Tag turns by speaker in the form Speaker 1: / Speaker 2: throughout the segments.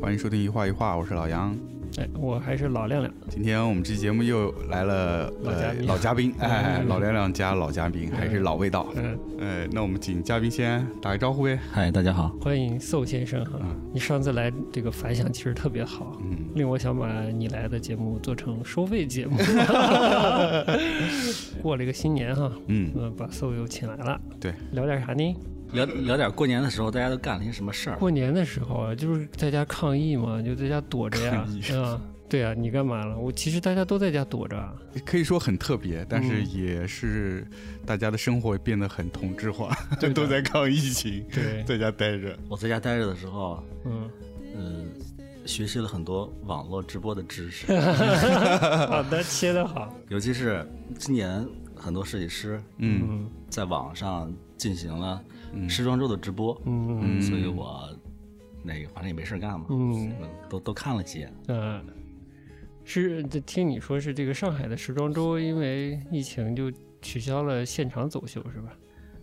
Speaker 1: 欢迎收听一画一画，我是老杨。
Speaker 2: 哎，我还是老亮亮，
Speaker 1: 今天我们这期节目又来了
Speaker 2: 老嘉
Speaker 1: 呃
Speaker 2: 宾
Speaker 1: 老嘉 宾，哎，
Speaker 2: 嗯
Speaker 1: 老亮亮加老嘉宾，还是老味道。
Speaker 2: 嗯，
Speaker 1: 呃，那我们请嘉宾先打个招呼呗。
Speaker 3: 嗨，大家好，
Speaker 2: 欢迎宋先生哈
Speaker 1: 嗯，
Speaker 2: 你上次来这个反响其实特别好，
Speaker 1: 嗯，
Speaker 2: 令我想把你来的节目做成收费节 目。过了一个新年哈，
Speaker 1: 嗯
Speaker 2: 嗯，把宋又请来了，
Speaker 1: 对，
Speaker 2: 聊点啥呢？
Speaker 3: 聊聊点过年的时候大家都干了些什么事儿。
Speaker 2: 过年的时候啊，就是在家抗疫嘛，就在家躲着呀
Speaker 1: 抗，
Speaker 2: 啊，对啊，你干嘛了？我其实大家都在家躲着啊，
Speaker 1: 可以说很特别，但是
Speaker 2: 嗯
Speaker 1: 也是大家的生活变得很同质化，
Speaker 2: 对 的
Speaker 1: 都在抗疫情，
Speaker 2: 对，
Speaker 1: 在家待着。
Speaker 3: 我在家待着的时候，
Speaker 2: 嗯，
Speaker 3: 嗯、学习了很多网络直播的知识，
Speaker 2: 好的，切的好，
Speaker 3: 尤其是今年很多设计师
Speaker 1: 嗯
Speaker 2: 嗯
Speaker 3: 在网上进行了
Speaker 1: 嗯
Speaker 3: 时装周的直播，
Speaker 2: 嗯
Speaker 3: 所以我那个反正也没事儿干嘛，
Speaker 2: 嗯
Speaker 3: 嗯都都看了几眼。
Speaker 2: 嗯，是这听你说是这个上海的时装周，因为疫情就取消了现场走秀是吧？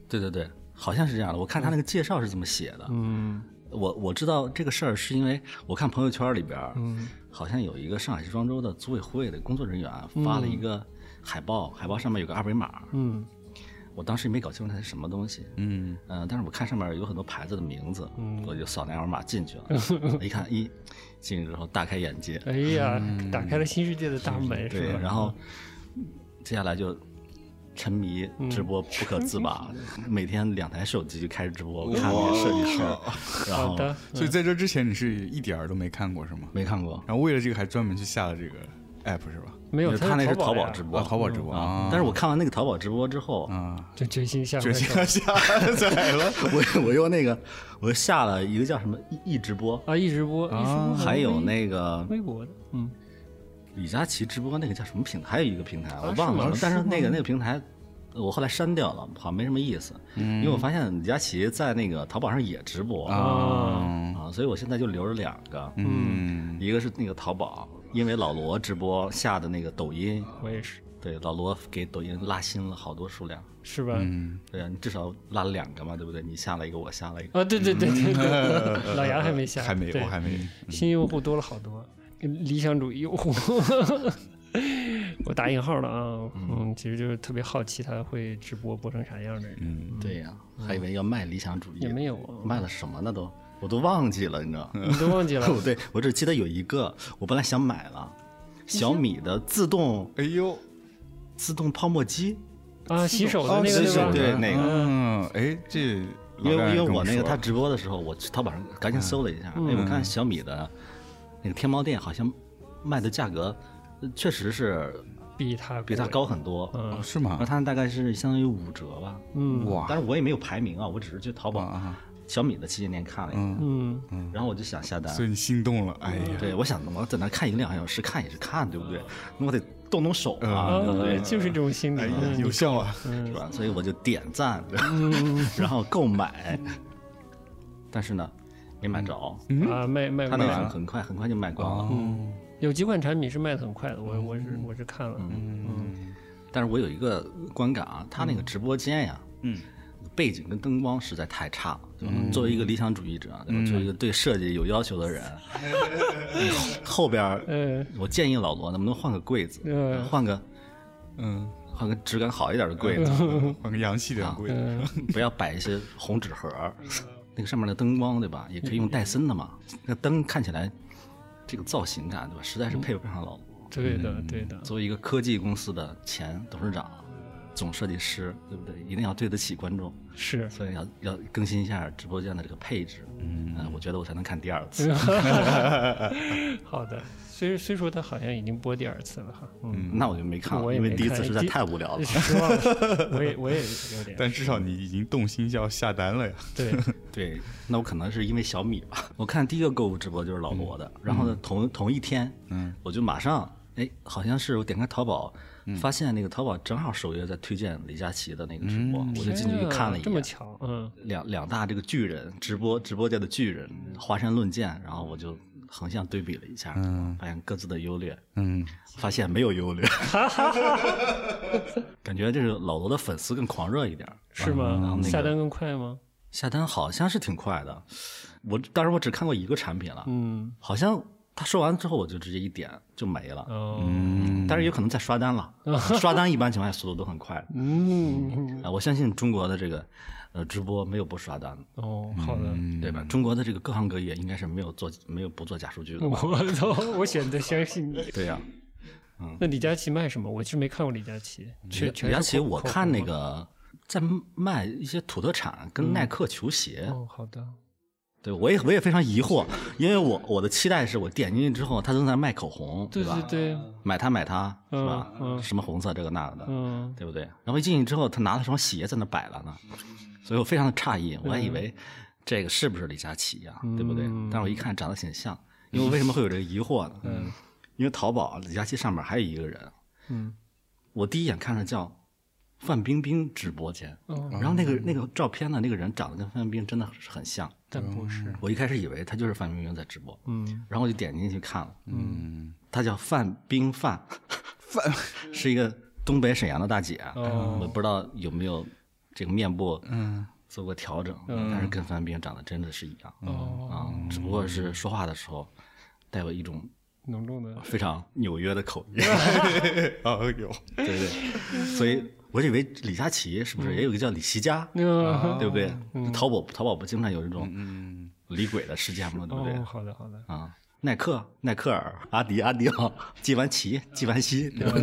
Speaker 3: 对对对，好像是这样的。我看他那个介绍是怎么写的，
Speaker 2: 嗯
Speaker 3: 我我知道这个事儿是因为我看朋友圈里边儿，
Speaker 2: 嗯
Speaker 3: 好像有一个上海时装周的组委会的工作人员发了一个海报，海报上面有个二维码，
Speaker 2: 嗯
Speaker 3: 我当时也没搞清楚它是什么东西。
Speaker 2: 啊
Speaker 1: 嗯，
Speaker 3: 嗯、但是我看上面有很多牌子的名字，
Speaker 2: 嗯
Speaker 3: 我就扫那二维码进去了。 我一看，一进去之后大开眼界，
Speaker 2: 哎呀，打开了新世界的大门
Speaker 3: 嗯对
Speaker 2: 是，啊吧？
Speaker 3: 然后接下来就沉迷
Speaker 2: 嗯
Speaker 3: 直播不可自 拔，每天两台手机就开始直播，我看那些设计师，然
Speaker 2: 好
Speaker 3: 后
Speaker 2: 的，
Speaker 1: 所以在这之前你是一点儿都没看过是吗？
Speaker 3: 没看过，
Speaker 1: 然后为了这个还专门去下了这个 app 是吧？
Speaker 2: 没有
Speaker 3: 就是他那是淘
Speaker 2: 宝
Speaker 3: 宝
Speaker 2: 呀嗯
Speaker 3: 直播嗯
Speaker 1: 啊，，淘宝直播啊，
Speaker 3: 但是我看完那个淘宝直播之后，
Speaker 1: 啊，
Speaker 2: 就决心下
Speaker 1: 决
Speaker 2: 回
Speaker 1: 心
Speaker 2: 手
Speaker 1: 要 下载了。
Speaker 3: 我我用那个，我又下了一个叫什么易易直播，
Speaker 2: 啊！一直播，一直播
Speaker 3: 还有那个
Speaker 2: 微博的，嗯
Speaker 3: 李佳琦直播那个叫什么平台，还有一个平台我忘了
Speaker 2: 啊是吗，
Speaker 3: 但
Speaker 2: 是
Speaker 3: 是
Speaker 2: 吗
Speaker 3: 那个那个平台我后来删掉了，好像没什么意思，因为我发现李佳琦在那个淘宝上也直播嗯啊
Speaker 2: 啊，
Speaker 3: 所以我现在就留着两个，
Speaker 1: 嗯，
Speaker 3: 一个是那个淘宝，因为老罗直播下的那个抖音，
Speaker 2: 我也是，
Speaker 3: 对老罗给抖音拉新了好多数量，
Speaker 2: 是吧？
Speaker 3: 对啊，你至少拉了两个嘛，对不对？你下了一个，我下了一个。
Speaker 2: 啊，对对对对 对，老杨还没下，
Speaker 1: 还没，
Speaker 2: 对
Speaker 1: 我还没。
Speaker 2: 新用户多了好多，理想主义用户。 我打引号了啊，嗯，其实就是特别好奇他会直播播成啥样的人，
Speaker 1: 嗯，
Speaker 3: 对呀、还以为要卖理想主义，
Speaker 2: 也没有啊，
Speaker 3: 卖了什么呢都，我都忘记了，你 知道？
Speaker 2: 你都忘记了
Speaker 3: 对 我只记得有一个，我本来想买了，小米的自动
Speaker 1: 哎呦，
Speaker 3: 自动泡沫机，
Speaker 2: 啊？洗手的那个
Speaker 3: 洗
Speaker 2: 对吧
Speaker 3: 手？对那个，
Speaker 1: 嗯，哎，这
Speaker 3: 因为
Speaker 1: 老
Speaker 3: 因
Speaker 1: 干
Speaker 3: 为
Speaker 1: 跟
Speaker 3: 我那个
Speaker 1: 说嗯
Speaker 3: 他直播的时候，我去淘宝上赶紧搜了一下，因为我看小米的那个天猫店好像卖的价格呃确实是
Speaker 2: 比他
Speaker 3: 比它
Speaker 2: 贵，
Speaker 3: 高很多，
Speaker 1: 哦
Speaker 2: 嗯
Speaker 1: 是
Speaker 3: 那
Speaker 1: 吗？
Speaker 3: 它大概是相当于五折吧。
Speaker 2: 嗯
Speaker 1: 哇
Speaker 3: 但是我也没有排名啊，我只是去淘
Speaker 1: 啊
Speaker 3: 宝
Speaker 1: 啊，
Speaker 3: 小米的旗舰店看了一眼，
Speaker 1: 嗯，
Speaker 2: 嗯，
Speaker 3: 然后我就想下单，
Speaker 1: 所以你心动了，哎呀，嗯
Speaker 3: 对，我想我在那看一个两个小时，看也是看，对不对？那我得动动手啊，对不
Speaker 2: 啊
Speaker 3: 对，？
Speaker 2: 就是这种心理
Speaker 1: 哎，呀，
Speaker 2: 嗯
Speaker 1: 有效啊！
Speaker 3: 是吧？所以我就点赞，
Speaker 1: 嗯
Speaker 3: 然后购买，但是呢，没买着，
Speaker 1: 嗯
Speaker 2: 啊，卖卖
Speaker 3: 他
Speaker 2: 不
Speaker 3: 那
Speaker 2: 完了，
Speaker 3: 个很很快很快就卖光了。
Speaker 1: 哦
Speaker 2: 嗯，有几款产品是卖的很快的，我我是我是看了，嗯
Speaker 3: 但是我有一个观感啊，他那个直播间呀，嗯，背景跟灯光实在太差了。对吧
Speaker 1: 嗯
Speaker 3: 作为一个理想主义者，对吧？作为一个对设计有要 求的人，后边儿
Speaker 2: 呃
Speaker 3: 我建议老罗能不能换个柜子
Speaker 2: 嗯，
Speaker 3: 换个
Speaker 1: 嗯，
Speaker 3: 换个质感好一点的柜子，
Speaker 1: 换个洋气点的柜子，
Speaker 2: 嗯，
Speaker 3: 不要摆一些红纸盒儿，那个上面的灯光对吧？也可以用戴森的嘛。那灯看起来，这个造型感对吧？实在是配不上老罗。
Speaker 2: 对的对的，
Speaker 3: 作为一个科技公司的前董事长、总设计师，对不对？一定要对得起观众，
Speaker 2: 是，
Speaker 3: 所以要要更新一下直播间的这个配置。嗯、我觉得我才能看第二次。
Speaker 2: 好的，虽虽说他好像已经播第二次了哈，嗯，
Speaker 3: 那我就没看了，
Speaker 2: 我也
Speaker 3: 因为
Speaker 2: 没
Speaker 3: 第一
Speaker 2: 看
Speaker 3: 次实在
Speaker 2: 第
Speaker 3: 太无聊了。
Speaker 2: 失望了，我也我也有点
Speaker 1: 但至少你已经动心要下单了呀。
Speaker 2: 对，
Speaker 3: 对，那我可能是因为小米吧。 我看第一个购物直播就是老罗的，
Speaker 2: 嗯
Speaker 3: 然后呢，同同一天，嗯，我就马上，哎，好像是我点开淘宝，
Speaker 2: 嗯
Speaker 3: 发现那个淘宝正好首页在推荐李佳琦的那个直播，我 就进去看了一
Speaker 2: 嗯这么
Speaker 3: 眼。
Speaker 2: 巧，嗯，
Speaker 3: 两两大这个巨人直播直播界的巨人华山论剑，然后我就横向对比了一下，
Speaker 2: 嗯
Speaker 3: 发现各自的优劣，
Speaker 1: 嗯，
Speaker 3: 发现没有优劣， 感觉这是老罗的粉丝更狂热一点，嗯
Speaker 2: 是吗？下单更快吗？
Speaker 3: 下单好像是挺快的。我当时我只看过一个产品了，
Speaker 2: 嗯，
Speaker 3: 好像他说完之后我就直接一点就没了。
Speaker 2: 哦，
Speaker 1: 嗯，
Speaker 3: 但是有可能在刷单了，刷单一般情况下速度都很快的
Speaker 2: 嗯，
Speaker 3: 啊。我相信中国的这个呃直播没有不刷单的，
Speaker 2: 哦，好的。
Speaker 3: 对吧？中国的这个各行各业应该是没有做没有不做假数据的
Speaker 2: 我。 操！我选择相信你。
Speaker 3: 对呀、
Speaker 2: 那李佳琦卖什么？我其实没看过李佳琦，
Speaker 3: 嗯李
Speaker 2: 全
Speaker 3: 李佳
Speaker 2: 全是
Speaker 3: 琦，
Speaker 2: 口
Speaker 3: 我
Speaker 2: 口
Speaker 3: 看那
Speaker 2: 红吗
Speaker 3: 个在卖一些土特产跟耐克球鞋，
Speaker 2: 嗯哦，好的，
Speaker 3: 对我也我也非常疑惑，因为我我的期待是我点进去之后，他都在那卖口红，
Speaker 2: 对
Speaker 3: 吧？
Speaker 2: 对对，
Speaker 3: 买它买它是吧？
Speaker 2: 嗯嗯
Speaker 3: 什么红色这个那个的，
Speaker 2: 嗯，
Speaker 3: 对不对？然后一进去之后，他拿了双鞋在那摆了呢，
Speaker 2: 嗯
Speaker 3: 所以我非常的诧异，我还以为这个是不是李佳琦呀、
Speaker 2: 嗯
Speaker 3: 对不对？但是我一看长得挺像，因为我为什么会有这个疑惑呢？嗯，因为淘宝李佳琦上面还有一个人，
Speaker 2: 嗯，
Speaker 3: 我第一眼看着叫范冰冰直播间，
Speaker 2: 哦
Speaker 3: 然后那个那个照片呢，那个人长得跟范冰冰真的是很像，
Speaker 2: 但不是，
Speaker 3: 我一开始以为他就是范冰冰在直播，
Speaker 2: 嗯，
Speaker 3: 然后我就点进去看了，
Speaker 1: 嗯，
Speaker 3: 她叫范冰范，
Speaker 1: 范
Speaker 3: 是一个东北沈阳的大姐，啊
Speaker 2: 哦
Speaker 3: 我不知道有没有这个面部
Speaker 1: 嗯
Speaker 3: 做过调整，
Speaker 2: 嗯
Speaker 3: 但是跟范冰长得真的是一样啊、
Speaker 2: 哦，
Speaker 3: 只不过是说话的时候带有一种
Speaker 2: 浓重的，
Speaker 3: 非常纽约的口音，
Speaker 1: 哦有，
Speaker 3: 对不对？所以我以为李佳琦是不是也有一个叫李琦佳，
Speaker 2: 那
Speaker 3: 对不对？淘宝淘宝不经常有这种
Speaker 1: 嗯，
Speaker 3: 李鬼的事件 吗？对不对？
Speaker 2: 哦，好的好的，
Speaker 3: 啊，耐克、耐克尔、阿迪、阿迪奥、纪梵希、纪梵希，对吧？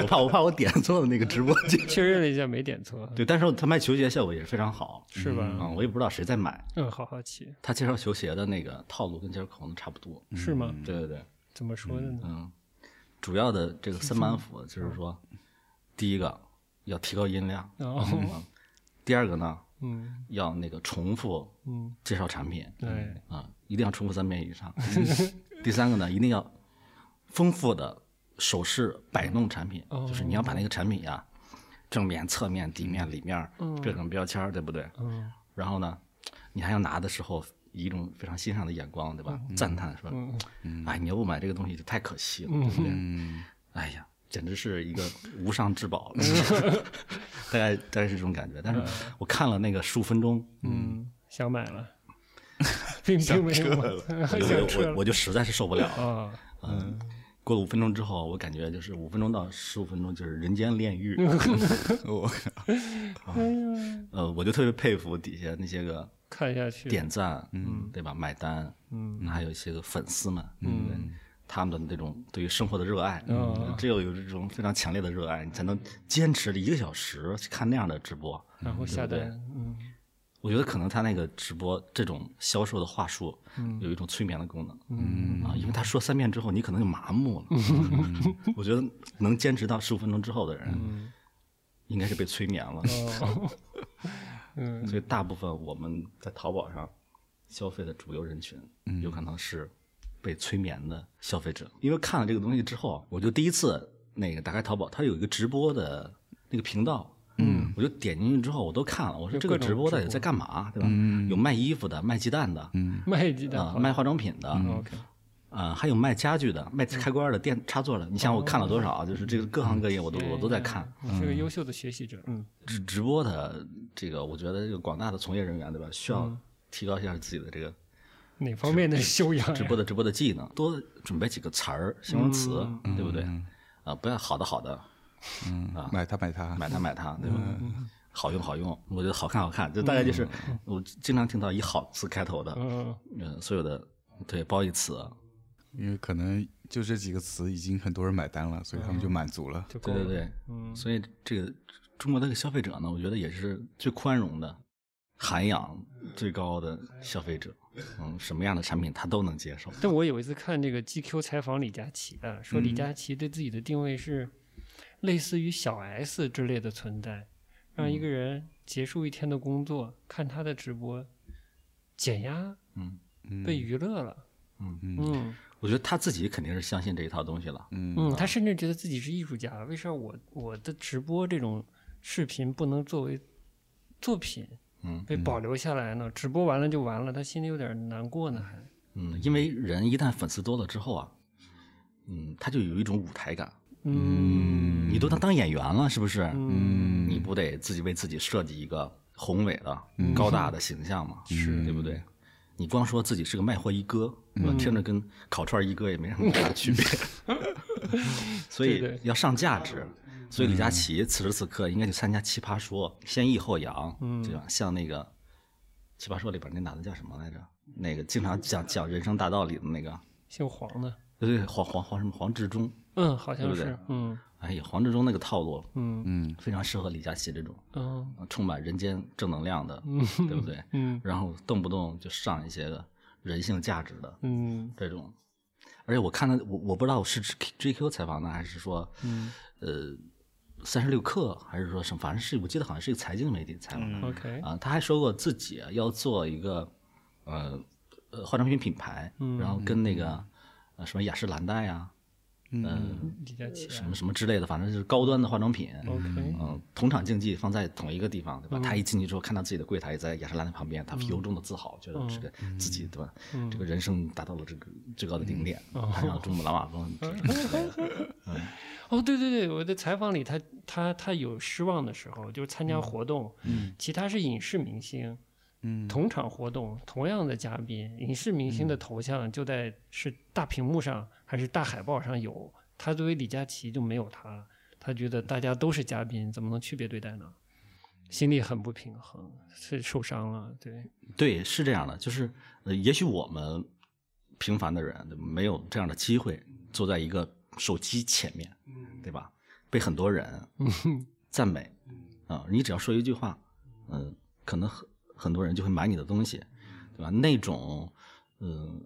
Speaker 3: 我怕我怕我点错了那个直播间。
Speaker 2: 确认了一下没点错，
Speaker 3: 对，但是他卖球鞋效果也是非常好，
Speaker 2: 是吧
Speaker 3: 啊、我也不知道谁在买。
Speaker 2: 嗯，好好奇，
Speaker 3: 他介绍球鞋的那个套路跟介绍口红差不多。
Speaker 2: 是吗？
Speaker 3: 对对对，
Speaker 2: 怎么说的呢？
Speaker 3: 嗯，主要的这个三板斧就是说，第一个要提高音量，
Speaker 2: 哦，
Speaker 3: 嗯，第二个呢
Speaker 2: 嗯
Speaker 3: 要那个重复
Speaker 2: 嗯，
Speaker 3: 介绍产品，
Speaker 2: 对，
Speaker 3: 啊，一定要重复三遍以上。 第三个呢，一定要丰富的手势摆弄产品，
Speaker 2: 哦
Speaker 3: 就是你要把那个产品呀、正面、侧面、底面、里面各种标签儿，对不对？
Speaker 2: 嗯
Speaker 3: 然后呢，你还要拿的时候以一种非常欣赏的眼光，对吧？
Speaker 2: 嗯
Speaker 3: 赞叹是吧？哎，你要不买这个东西就太可惜
Speaker 2: 嗯
Speaker 3: 了，对不对？哎呀，简直是一个无上 至宝，大概大概是这种感觉。但是我看了那个十五分 钟，
Speaker 2: 嗯，想买 了，并并没有买，
Speaker 3: 我
Speaker 2: 想
Speaker 3: 就
Speaker 2: 撤
Speaker 3: 我
Speaker 2: 了
Speaker 3: 我就实在是受不了了。
Speaker 2: 啊，
Speaker 3: 嗯，过了五分钟之后，我感觉就是五分钟到十五分钟就是人间炼 狱。
Speaker 1: 我
Speaker 3: 哎呃，我就特别佩服底下那些个
Speaker 2: 看下去，
Speaker 3: 点赞，嗯，对吧？买单，
Speaker 2: 嗯，
Speaker 3: 还有一些个粉丝们，嗯，他们的那种对于生活的热爱，
Speaker 2: 嗯
Speaker 3: 只有有这种非常强烈的热爱，你才能坚持一个小时去看那样的直播。
Speaker 2: 然后下
Speaker 3: 对
Speaker 2: 单，嗯
Speaker 3: 我觉得可能他那个直播这种销售的话术，有一种催眠的功能，嗯啊，因为他说三遍之后，你可能就麻木了。我觉得能坚持到十五分钟之后的人，应该是被催眠了。
Speaker 2: 哦，嗯
Speaker 3: 所以大部分我们在淘宝上消费的主流人群，有可能是被催眠的消费者。因为看了这个东西之后，我就第一次那个打开淘宝，它有一个直播的那个频道。嗯，我就点进去之后，我都看了，我说
Speaker 2: 有
Speaker 3: 这个
Speaker 2: 各种
Speaker 3: 直播到
Speaker 2: 直
Speaker 3: 底
Speaker 2: 播
Speaker 3: 在干嘛，对吧？有卖衣服的，卖鸡蛋的，
Speaker 2: 卖鸡蛋
Speaker 3: 啊、嗯
Speaker 2: 好
Speaker 3: 卖化妆品的，
Speaker 2: ，OK，
Speaker 3: 啊，还有卖家具的、卖
Speaker 2: 嗯
Speaker 3: 开关的、电插座的。你想我看了多少啊？就是这个各行各业我都
Speaker 2: 嗯
Speaker 3: 我都在看。嗯
Speaker 2: 你是个优秀的学习者，嗯
Speaker 3: 直直播的这个，我觉得这个广大的从业人员对吧，需要提高一下自己的这个
Speaker 2: 哪方面的修养呀？
Speaker 3: 直播的直播的技能，多准备几个词儿、形容词，
Speaker 1: 嗯
Speaker 3: 对不对？啊，不要好的好的，
Speaker 1: 靠，嗯买它买它，
Speaker 3: 买它买它，对吧？好用好用，我觉得好看好看，就大概就是我经常听到以“好”字开头的，
Speaker 2: 嗯，
Speaker 3: 嗯，所有的对褒义词，啊
Speaker 1: 因为可能就这几个词已经很多人买单了，所以他们就满足了。
Speaker 2: 就够
Speaker 3: 对
Speaker 2: 了嗯
Speaker 3: 对对，所以这个中国的消费者呢，我觉得也是最宽容的、涵养最高的消费者，嗯，什么样的产品他都能接受。
Speaker 2: 但我有一次看这个 GQ 采访李佳琦啊，
Speaker 3: 嗯
Speaker 2: 说李佳琦对自己的定位是类似于小 S 之类的存在，让一
Speaker 3: 嗯
Speaker 2: 个人结束一天的工作，看他的直播，减压，
Speaker 3: 嗯，
Speaker 2: 被娱乐了，
Speaker 3: 嗯
Speaker 2: 嗯
Speaker 3: 我觉得他自己肯定是相信这一套东西了，
Speaker 2: 嗯，他甚至觉得自己是艺术家，为啥我我的直播这种视频不能作为作品？
Speaker 3: 嗯
Speaker 2: 被保留下来呢，直播完了就完了，他心里有点难过呢，还
Speaker 3: 嗯，因为人一旦粉丝多了之后啊，嗯，他就有一种舞台感，
Speaker 2: 嗯
Speaker 3: 你都当当演员了，是不是？
Speaker 2: 嗯嗯
Speaker 3: 你不得自己为自己设计一个宏伟的、高大的形象嘛，是对不对？你光说自己是个卖货一哥，
Speaker 2: 嗯
Speaker 3: 我听着跟烤串一哥也没什么 大区别，所
Speaker 2: 对
Speaker 3: 以
Speaker 2: 对嗯
Speaker 3: 要上价值。所以李佳琦此时此刻应该去参加《奇葩说》，先抑后扬，
Speaker 2: 嗯
Speaker 3: 对吧？像那个《奇葩说》里边那男的叫什么来着？那个经常讲讲人生大道理的那个，
Speaker 2: 姓黄的，
Speaker 3: 对对，黄黄黄什么黄志忠，
Speaker 2: 嗯，好像
Speaker 3: 对不
Speaker 2: 是
Speaker 3: 对，
Speaker 2: 嗯
Speaker 3: 哎呀，黄志忠那个套路
Speaker 2: 嗯
Speaker 3: 非常适合李佳琦这种
Speaker 2: 嗯
Speaker 3: 呃充满人间正能量的，对不对？
Speaker 2: 嗯
Speaker 3: 然后动不动就上一些个人性价值的
Speaker 2: 嗯
Speaker 3: 这种，而且我看到我我不知道是 GQ 采访的还是说，呃，三十六氪还是说什么，反正是我记得好像是一个财经媒体采访的
Speaker 2: ，OK，
Speaker 3: 啊，他还说过自己啊要做一个呃呃化妆品品牌，然后跟那个呃什么雅诗兰黛呀、
Speaker 2: 李佳琦啊
Speaker 3: 什么什么之类的，反正就是高端的化妆品。
Speaker 2: ，OK，
Speaker 3: 嗯，同场竞技放在同一个地方，对吧？他一进去之后，看到自己的柜台在雅诗兰黛旁边，他由衷的自豪，觉得这个自己对吧？
Speaker 2: 嗯
Speaker 3: 这个人生达到了这个最高的顶点，攀上珠穆朗玛峰这种之类的。
Speaker 2: 哦，对对对，我在采访里他他他有失望的时候，就是参加活动，嗯，其他是影视明星，嗯，同场活动同样的嘉宾，影视明星的头像就在是大屏幕上还是大海报上有，他作为李佳琦就没有他，他觉得大家都是嘉宾，怎么能区别对待呢？心里很不平衡，是受伤了，对，
Speaker 3: 对，是这样的，就是呃，也许我们平凡的人没有这样的机会坐在一个手机前面，对吧？被很多人赞美啊、你只要说一句话，嗯、可能很很多人就会买你的东西，对吧？那种嗯、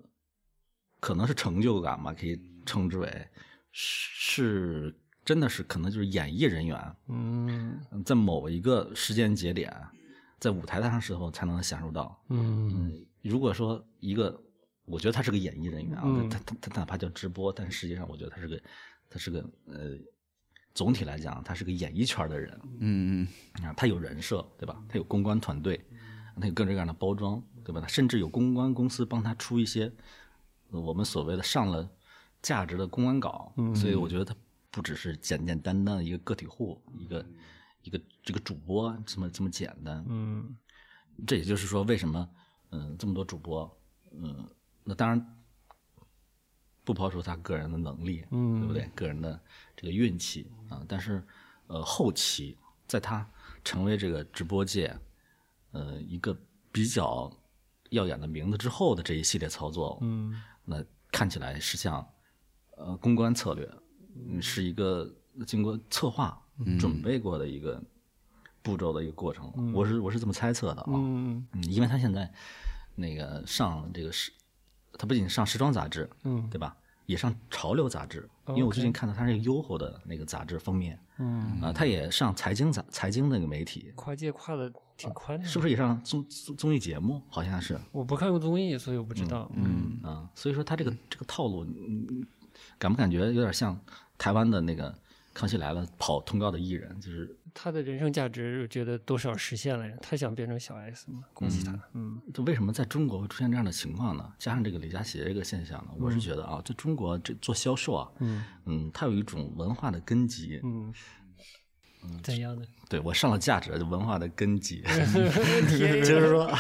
Speaker 3: 可能是成就感吧，可以称之为是是真的是可能就是演艺人员
Speaker 2: 嗯
Speaker 3: 嗯在某一个时间节点，在舞台上的时候才能享受到。
Speaker 2: 嗯
Speaker 3: 嗯，如果说一个，我觉得他是个演艺人员啊，
Speaker 2: 嗯
Speaker 3: 他他他哪怕叫直播，但实际上我觉得他是个，他是个呃，总体来讲，他是个演艺圈的人
Speaker 1: 嗯嗯
Speaker 3: 啊，他有人设对吧？他有公关团队，他有各种各样的包装对吧？他甚至有公关公司帮他出一些呃我们所谓的上了价值的公关稿，所以我觉得他不只是简简单单的一个个体户，一个一个这个主播这么这么简单，
Speaker 2: 嗯
Speaker 3: 这也就是说，为什么嗯、这么多主播，嗯、那当然不刨除他个人的能力，
Speaker 2: 嗯
Speaker 3: 对不对？个人的这个运气啊、但是呃，后期在他成为这个直播界呃一个比较耀眼的名字之后的这一系列操作，
Speaker 2: 嗯
Speaker 3: 那看起来是像呃公关策略，嗯，是一个经过策划、
Speaker 2: 嗯
Speaker 3: 准备过的一个步骤的一个过程。我是我是这么猜测的啊，
Speaker 2: 嗯
Speaker 3: 嗯，因为他现在那个上这个时，他不仅上时装杂志，
Speaker 2: 嗯
Speaker 3: 对吧？也上潮流杂志，因为我最近看到他那个优厚的那个杂志封面，
Speaker 2: 嗯，
Speaker 3: 啊、他也上财经杂财经那个媒体，
Speaker 2: 跨界跨的挺宽的，
Speaker 3: 是不是也上综综综艺节目？好像是，
Speaker 2: 我不看过综艺，所以我不知道，嗯
Speaker 3: 啊，所以说他这个这个套路，嗯，感不感觉有点像台湾的那个《康熙来了》跑通告的艺人，就是
Speaker 2: 他的人生价值，我觉得多少实现了呀。他想变成小 S 嘛，恭喜他。嗯
Speaker 3: 就为什么在中国会出现这样的情况呢？加上这个李佳琦这个现象呢，我是觉得啊，在中国这做销售啊，
Speaker 2: 嗯
Speaker 3: 嗯，它有一种文化的根基，
Speaker 2: 嗯，怎样的？
Speaker 3: 对我上了价值，就文化的根 基， 就是说，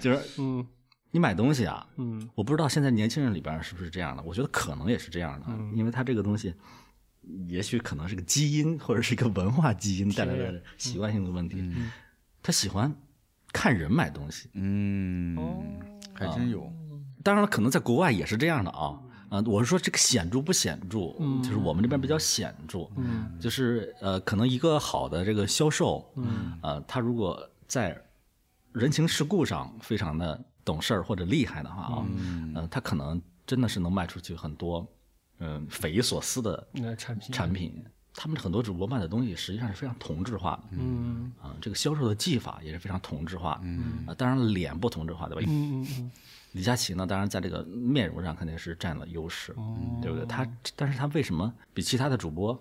Speaker 3: 就是
Speaker 2: 嗯
Speaker 3: 你买东西啊，
Speaker 2: 嗯
Speaker 3: 我不知道现在年轻人里边儿是不是这样的，我觉得可能也是这样的，
Speaker 2: 嗯
Speaker 3: 因为他这个东西，也许可能是个基因或者是一个文化基因带来的习惯性的问题。
Speaker 2: 嗯
Speaker 3: 他喜欢看人买东西，
Speaker 1: 嗯
Speaker 2: 哦
Speaker 1: 嗯，还真有，
Speaker 3: 当然了，可能在国外也是这样的啊。啊、我是说这个显著不显著，就是我们这边比较显著，
Speaker 2: 嗯
Speaker 3: 就是呃，可能一个好的这个销售，嗯，呃，他如果在人情世故上非常的懂事儿或者厉害的话啊，嗯、呃，他可能真的是能卖出去很多，嗯、匪夷所思的
Speaker 2: 那产品
Speaker 3: 产品。他们很多主播卖的东西实际上是非常同质化的，
Speaker 2: 嗯
Speaker 3: 啊、这个销售的技法也是非常同质化，嗯，啊，当然脸不同质化，对吧？
Speaker 2: 嗯嗯
Speaker 3: 李佳琦呢，当然在这个面容上肯定是占了优势，嗯对不对？他，但是他为什么比其他的主播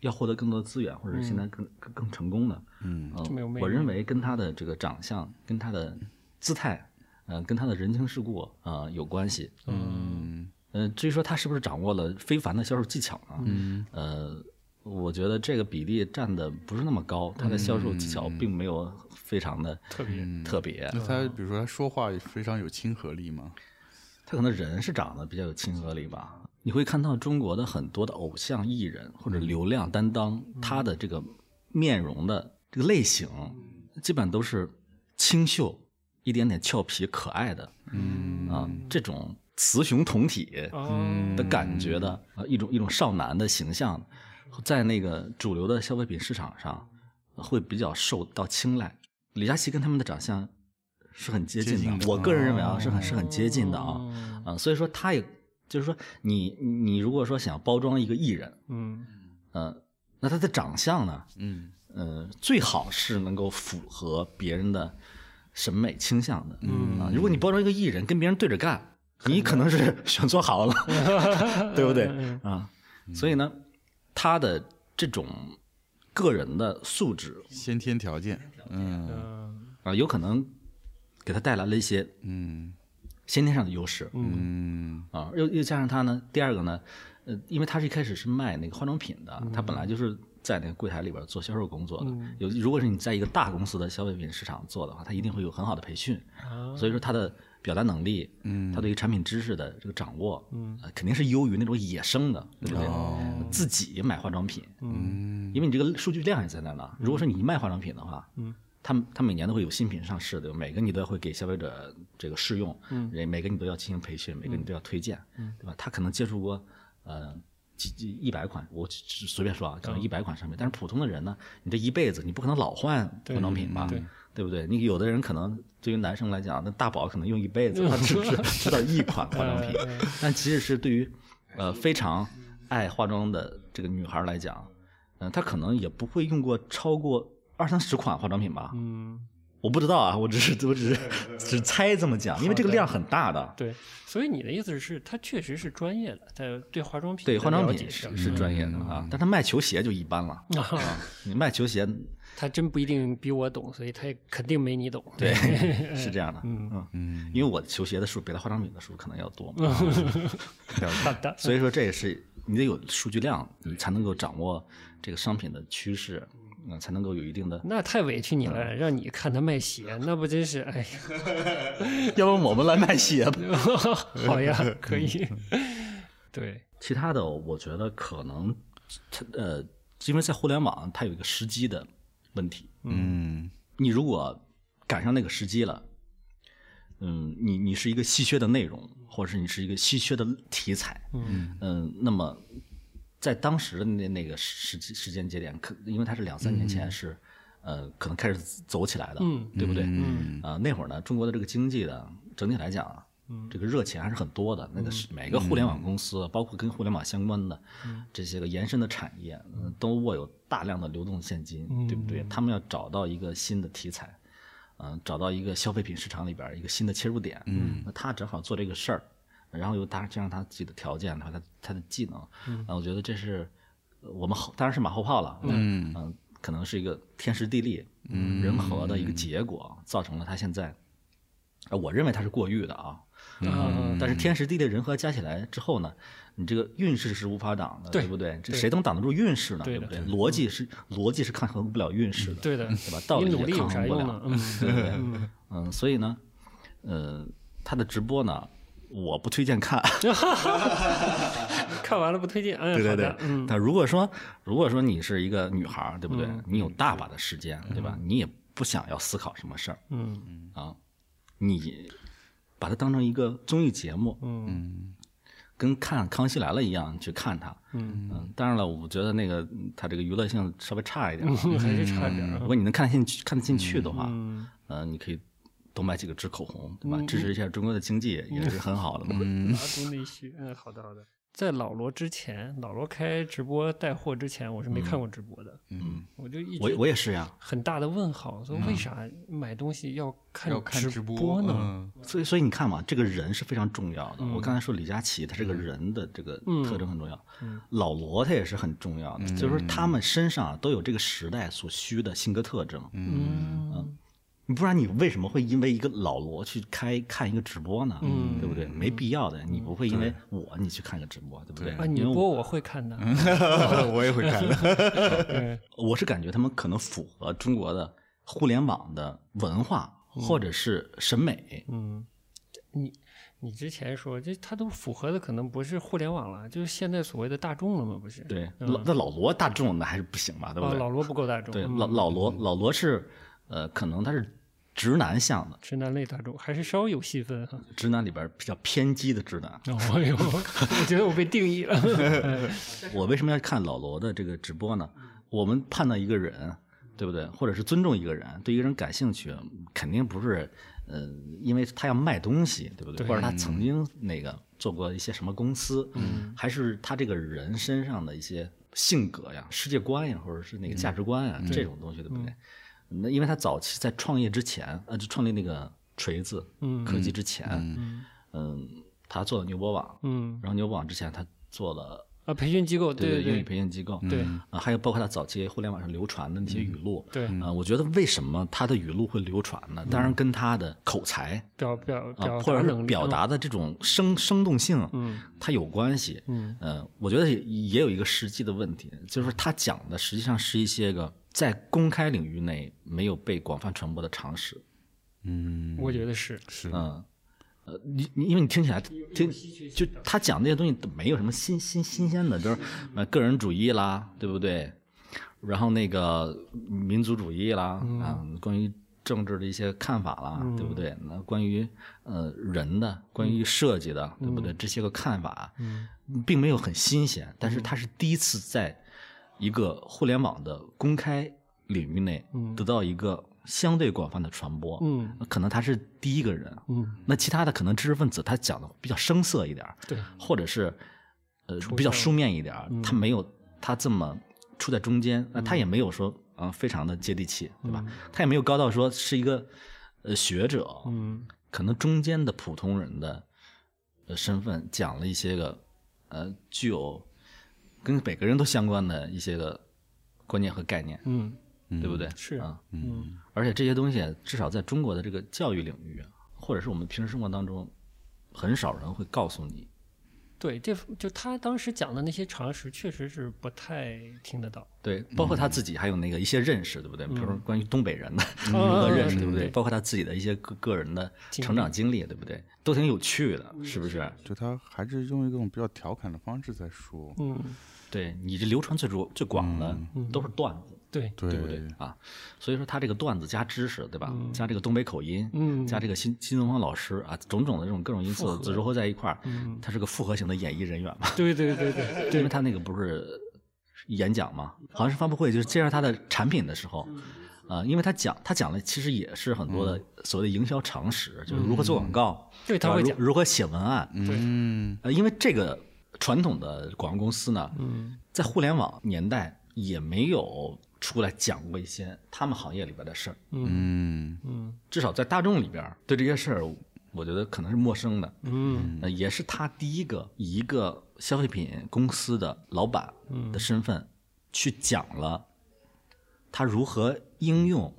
Speaker 3: 要获得更多的资源，或者现在更、更更成功呢？嗯，
Speaker 2: 嗯这么有魅力
Speaker 3: 我认为跟他的这个长相、跟他的姿态，呃，跟他的人情世故，呃，有关系。嗯，呃，至于说他是不是掌握了非凡的销售技巧呢？嗯，嗯呃。我觉得这个比例占的不是那么高，他的销售技巧并没有非常的
Speaker 2: 特别
Speaker 3: 特别。
Speaker 1: 那他比如说他说话也非常有亲和力吗？
Speaker 3: 他可能人是长得比较有亲和力吧。你会看到中国的很多的偶像艺人或者流量担当，
Speaker 1: 嗯
Speaker 3: 他的这个面容的这个类型，
Speaker 1: 嗯
Speaker 3: 基本都是清秀、一点点俏皮、可爱的，嗯啊，这种雌雄同体
Speaker 2: 哦，
Speaker 3: 的
Speaker 1: 嗯
Speaker 3: 感觉的啊，一种一种少男的形象，在那个主流的消费品市场上会比较受到青睐。李佳琦跟他们的长相是很接近的，
Speaker 1: 接近的
Speaker 3: 我个人认为啊，
Speaker 1: 哦
Speaker 3: 是很是很接近的啊。
Speaker 2: 哦
Speaker 3: 啊，所以说他也就是说你，你如果说想包装一个艺人，
Speaker 2: 嗯
Speaker 3: 嗯，那他的长相呢，
Speaker 1: 嗯
Speaker 3: 嗯，最好是能够符合别人的审美倾向的，嗯啊，如果你包装一个艺人跟别人对着干，你可能是 选错行了，对不对啊？所以呢，他的这种个人的素质
Speaker 1: 先天条件，嗯
Speaker 2: 嗯
Speaker 3: 啊，有可能给他带来了一些
Speaker 1: 嗯
Speaker 3: 先天上的优势，
Speaker 2: 嗯
Speaker 1: 嗯
Speaker 3: 啊，又又加上他呢，第二个呢，呃，因为他是一开始是卖那个化妆品的，他本来就是在那个柜台里边做销售工作的。有如果是你在一个大公司的消费品市场做的话，他一定会有很好的培训，
Speaker 2: 啊
Speaker 3: 所以说他的表达能力，嗯，他对于产品知识的这个掌握，嗯、肯定是优于那种野生的，对不对？自己买化妆品，嗯，因为你这个数据量也在那儿呢。如果说你一卖化妆品的话，嗯。他们他每年都会有新品上市的，每个你都要会给消费者这个试用，嗯，每个你都要进行培训，每个你都要推荐，嗯，对吧？他可能接触过，呃，几几一百款，我只只随便说啊，可能一百款商品，但是普通的人呢，你这一辈子你不可能老换化妆品吧，
Speaker 2: 对
Speaker 3: 对不对？你有的人可能对于男生来讲，那大宝可能用一辈
Speaker 2: 嗯
Speaker 3: 子，他只 知知道一款化妆品， 但即使是对于呃非常爱化妆的这个女孩来讲，嗯、她可能也不会用过超过二三十款化妆品吧。
Speaker 2: 嗯，
Speaker 3: 我不知道啊，我只是我只是只猜这么讲，因为这个量很大的。
Speaker 2: 对，所以你的意思是，他确实是专业的，在对化妆品
Speaker 3: 对
Speaker 2: 的
Speaker 3: 化妆
Speaker 2: 了
Speaker 3: 品
Speaker 2: 解嗯
Speaker 3: 是
Speaker 2: 上
Speaker 3: 是专业的啊，但他卖球鞋就一般了。
Speaker 2: 啊，
Speaker 3: 你卖球鞋，
Speaker 2: 他真不一定比我懂，所以他也肯定没你懂。
Speaker 3: 对， 是这样的。嗯
Speaker 1: 嗯，
Speaker 3: 因为我球鞋的数比他化妆品的数可能要多嘛，
Speaker 2: 嗯好的，
Speaker 3: 所以说这也是你得有数据量，你才能够掌握这个商品的趋势，嗯，才能够有一定的。
Speaker 2: 那太委屈你了，让你看他卖鞋，那不真是哎呀。
Speaker 3: 要不我们来卖鞋吧？
Speaker 2: 好呀，可以。对，
Speaker 3: 其他的我觉得可能，它呃，因为在互联网它有一个时机的问题，
Speaker 1: 嗯
Speaker 3: 你如果赶上那个时机了，嗯，你你是一个稀缺的内容，或者是你是一个稀缺的题材，嗯那么在当时的那那个时时时间节点，可因为它是两三年前是，呃，可能开始走起来的，
Speaker 2: 嗯
Speaker 3: 对不对？
Speaker 1: 嗯
Speaker 3: 啊、那会儿呢，中国的这个经济呢，整体来讲啊，这个热钱还是很多的。那个是每个互联网公司，包括跟互联网相关的这些个延伸的产业，嗯，都握有大量的流动现金，对不对？他们要找到一个新的题材，嗯、找到一个消费品市场里边儿一个新的切入点，嗯，那他正好做这个事儿，然后又搭加上他自己的条件和他他的技能，嗯、我觉得这是呃我们后当然是马后炮了，嗯、可能是一个天时地利、嗯、人和的一个结果，造成了他现在，呃我认为他是过誉的啊。嗯，但是天时地利人和加起来之后呢，你这个运势是无法挡的，
Speaker 2: 对
Speaker 3: 不对？这
Speaker 2: 对
Speaker 3: 谁能挡得住运势呢？
Speaker 2: 对
Speaker 3: 不
Speaker 2: 的嗯
Speaker 3: 对？逻辑是逻辑是抗衡不了运势的，
Speaker 2: 对的，
Speaker 3: 对吧？道
Speaker 2: 你
Speaker 3: 理
Speaker 2: 努
Speaker 3: 也
Speaker 2: 力有
Speaker 3: 抗
Speaker 2: 啥
Speaker 3: 衡不
Speaker 2: 用
Speaker 3: 了
Speaker 2: 呢？。嗯，
Speaker 3: 对对对，嗯，所以呢，呃，他的直播呢，我不推荐看。
Speaker 2: 看完了不推荐。嗯，好的，嗯，
Speaker 3: 但如果说如果说你是一个女孩儿，对不对？你有大把的时间，对吧？你也不想要思考什么事儿，
Speaker 2: 嗯
Speaker 3: 啊，你把它当成一个综艺节目，
Speaker 2: 嗯
Speaker 3: 跟看《康熙来了》一样去看它。
Speaker 2: 嗯
Speaker 3: 嗯，当然了，我觉得那个嗯它这个娱乐性稍微差一点啊。
Speaker 2: 嗯，还是差点儿
Speaker 3: 如
Speaker 2: 啊。
Speaker 3: 果你能看得进去、看得进去的话，
Speaker 2: 嗯，
Speaker 3: 呃，你可以多买几个支口红，对吧？支持一下中国的经济也是很好的嘛。
Speaker 2: 打足内需。嗯，好的好的。在老罗之前，老罗开直播带货之前，我是没看过直播的。
Speaker 1: 嗯，
Speaker 2: 我就一
Speaker 3: 我
Speaker 2: 直
Speaker 3: 我也是呀，
Speaker 2: 很大的问号，说为啥买东西要
Speaker 1: 要看
Speaker 2: 直
Speaker 1: 播
Speaker 2: 呢？
Speaker 1: 嗯
Speaker 3: 所以所以你看嘛，这个人是非常重要的。
Speaker 2: 嗯
Speaker 3: 我刚才说李佳琦，他这个人的这个特征很重要，
Speaker 2: 嗯
Speaker 3: 老罗他也是很重要的，就是说他们身上啊都有这个时代所需的性格特征。啊
Speaker 2: 嗯
Speaker 3: 不然你为什么会因为一个老罗去开看一个直播呢？
Speaker 2: 嗯
Speaker 3: 对不对？没必要的，你不会因为我你去看个直播，对不对？
Speaker 2: 啊，你
Speaker 3: 因为嗯
Speaker 2: 播我会看的。
Speaker 1: 我也会看的，
Speaker 2: 嗯
Speaker 3: 我是感觉他们可能符合中国的互联网的文化或者是审美。
Speaker 2: 嗯，你你之前说这它都符合的可能不是互联网了，就是现在所谓的大众了嘛，不是？
Speaker 3: 对，
Speaker 2: 嗯
Speaker 3: 老那老罗大众那还是不行吧，对不
Speaker 2: 啊，
Speaker 3: 对？
Speaker 2: 老罗不够大众，
Speaker 3: 对，
Speaker 2: 嗯
Speaker 3: 老老罗老罗是呃，可能他是直男向的，
Speaker 2: 直男类大众还是稍有细分哈。
Speaker 3: 直男里边比较偏激的直男。
Speaker 2: 哎呦， 我觉得我被定义了。
Speaker 3: 我为什么要看老罗的这个直播呢？我们判断一个人，对不对？或者是尊重一个人，对一个人感兴趣，肯定不是呃，因为他要卖东西，对不对？
Speaker 2: 对
Speaker 3: 或者他曾经那个做过一些什么公司，还是他这个人身上的一些性格呀、世界观呀，或者是那个价值观呀、这种东嗯西，对嗯不对？那因为他早期在创业之前，呃，就创立那个锤子
Speaker 2: 嗯
Speaker 3: 科技之前，
Speaker 2: 嗯
Speaker 3: 嗯，他做了牛博网，
Speaker 2: 嗯
Speaker 3: 然后牛博网之前他做了。
Speaker 2: 啊，培训机构，对
Speaker 3: 对英
Speaker 2: 对
Speaker 3: 语培训机构，
Speaker 2: 对
Speaker 3: 啊，还有包括他早期互联网上流传的那些语录，
Speaker 2: 嗯对
Speaker 3: 啊，我觉得为什么他的语录会流传呢？当然跟他的口才
Speaker 2: 表表
Speaker 3: 啊，
Speaker 2: 表
Speaker 3: 或
Speaker 2: 达
Speaker 3: 者
Speaker 2: 能
Speaker 3: 是
Speaker 2: 力，
Speaker 3: 表达的这种生生动性，
Speaker 2: 嗯，
Speaker 3: 它有关系，
Speaker 2: 嗯，
Speaker 3: 呃，我觉得也也有一个实际的问题，就是他讲的实际上是一些个在公开领域内没有被广泛传播的常识，
Speaker 1: 嗯，
Speaker 2: 我觉得是
Speaker 1: 是
Speaker 3: 嗯。呃，你你因为你听起来听就他讲这些东西没有什么新新新鲜的，就是呃个人主义啦，对不对？然后那个民族主义啦，啊，关于政治的一些看法啦，对不对？那关于呃人的，关于设计的，对不对？这些个看法，并没有很新鲜，但是他是第一次在一个互联网的公开领域内得到一个相对广泛的传播，
Speaker 2: 嗯
Speaker 3: 可能他是第一个人，
Speaker 2: 嗯，
Speaker 3: 那其他的可能知识分子他讲的比较生涩一点儿，
Speaker 2: 对，
Speaker 3: 或者是呃比较书面一点儿，他没有他这么处在中间，那他也没有说啊、呃非常的接地气，对吧？他也没有高到说是一个呃学者，
Speaker 2: 嗯
Speaker 3: 可能中间的普通人的呃身份讲了一些个呃具有跟每个人都相关的一些个观念和概念，
Speaker 2: 嗯
Speaker 3: 对不对？
Speaker 2: 是
Speaker 3: 啊，
Speaker 2: 嗯
Speaker 3: 而且这些东西至少在中国的这个教育领域，啊或者是我们平时生活当中，很少人会告诉你。
Speaker 2: 对，这就他当时讲的那些常识，确实是不太听得到。
Speaker 3: 对，包括他自己还有那个一些认识，对不对？比如说关于东北人的
Speaker 2: 嗯
Speaker 3: 如何认识，对不
Speaker 2: 嗯
Speaker 3: 对？
Speaker 2: 对
Speaker 3: 包括他自己的一些个个人的
Speaker 2: 经历嗯
Speaker 3: 成长经历，对不对？都挺有趣的，是不是？
Speaker 1: 就他还是用一种比较调侃的方式在说，
Speaker 2: 嗯，
Speaker 3: 对你这流传最主最广的都是段子，
Speaker 2: 对，
Speaker 1: 对
Speaker 3: 不对啊？所以说他这个段子加知识，对吧？加这个东北口音，
Speaker 2: 嗯
Speaker 3: 加这个新新东方老师啊，种种的这种各种因素揉合在一块儿，
Speaker 2: 嗯
Speaker 3: 他是个复合型的演艺人员嘛。
Speaker 2: 对对对对
Speaker 3: 因
Speaker 2: 对
Speaker 3: 为他那个不是演讲嘛，好像是发布会，就是介绍他的产品的时候，啊，因为他讲他讲的其实也是很多的所谓的营销常识，就是如何做广告，
Speaker 2: 对嗯他
Speaker 3: 吧
Speaker 2: 会
Speaker 3: 如
Speaker 2: 讲
Speaker 3: 如何写文案，
Speaker 1: 嗯，
Speaker 3: 呃，因为这个传统的广告公司呢，
Speaker 2: 嗯
Speaker 3: 在互联网年代也没有出来讲过一些他们行业里边的事儿，
Speaker 1: 嗯，
Speaker 3: 至少在大众里边儿对这些事儿，我觉得可能是陌生的。
Speaker 2: 嗯
Speaker 3: 呃，也是他第一个以一个消费品公司的老板的身份去讲了他如何应用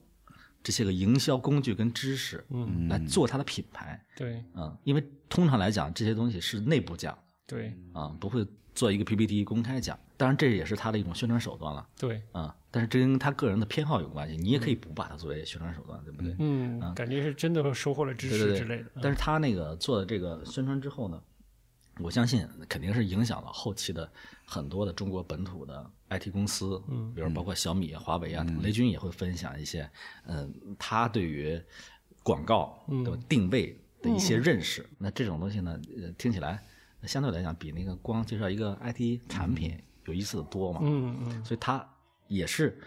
Speaker 3: 这些个营销工具跟知识，嗯，来做他的品牌，
Speaker 2: 对
Speaker 3: 嗯，因为通常来讲这些东西是内部讲
Speaker 2: 对
Speaker 3: 啊、不会做一个 PPT 公开讲，当然这也是他的一种宣传手段了。
Speaker 2: 对，
Speaker 3: 啊、但是这跟他个人的偏好有关系，你也可以不把它作为宣传手段，对不对？
Speaker 2: 嗯，感觉是真的收获了知
Speaker 3: 啊对
Speaker 2: 识
Speaker 3: 对对
Speaker 2: 之类的。
Speaker 3: 但是他那个做的这个宣传之后呢，我相信肯定是影响了后期的很多的中国本土的 IT 公司，嗯，比如包括小米啊、华为啊，雷军也会分享一些，嗯，他对于广告的定位的一些认识。那这种东西呢，呃，听起来相对来讲比那个光介绍一个 IT 产品有意思的多嘛，
Speaker 2: 嗯嗯
Speaker 3: 所以他也是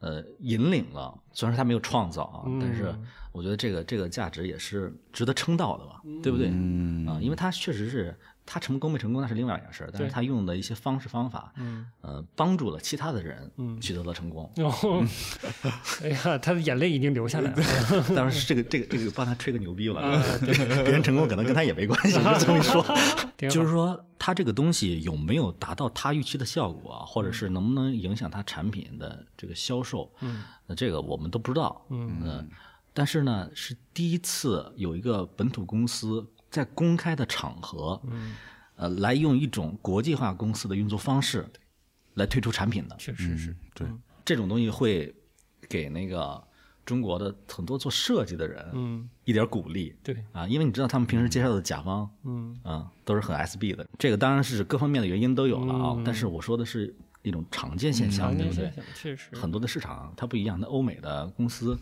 Speaker 3: 呃引领了，虽然说他没有创造啊，但是
Speaker 2: 嗯
Speaker 3: 我觉得这个这个价值也是值得称道的吧，对不对？嗯啊、因为他确实是他成功没成功那是另外一件事儿，但是他用的一些方式方法，嗯，呃，帮助了其他的人
Speaker 2: 嗯
Speaker 3: 取得了成 功。
Speaker 2: 然后，嗯哎呀，他的眼泪已经流下来了。
Speaker 3: 当然是这个这个这个帮他吹个牛逼了，
Speaker 2: 啊
Speaker 3: 别 别人成功可能跟他也没关系，就这么一说。
Speaker 2: 挺好
Speaker 3: 就是说，它这个东西有没有达到它预期的效果啊，或者是能不能影响它产品的这个销售？嗯，那这个我们都不知道。嗯、但是呢，是第一次有一个本土公司在公开的场合，嗯，呃，来用一种国际化公司的运作方式来推出产品的。
Speaker 2: 确实是，
Speaker 1: 嗯对，
Speaker 3: 这种东西会给那个中国的很多做设计的人、
Speaker 2: 嗯，
Speaker 3: 一点鼓励
Speaker 2: 对，
Speaker 3: 啊，因为你知道他们平时接受的甲方
Speaker 2: 嗯
Speaker 3: 啊都是很 SB 的，这个当然是各方面的原因都有了啊，但是我说的是一种常见现
Speaker 2: 嗯
Speaker 3: 象，
Speaker 2: 常
Speaker 3: 对
Speaker 2: 见
Speaker 3: 不对
Speaker 2: 现？象确实
Speaker 3: 很多的市场它不一样，那欧美的公司，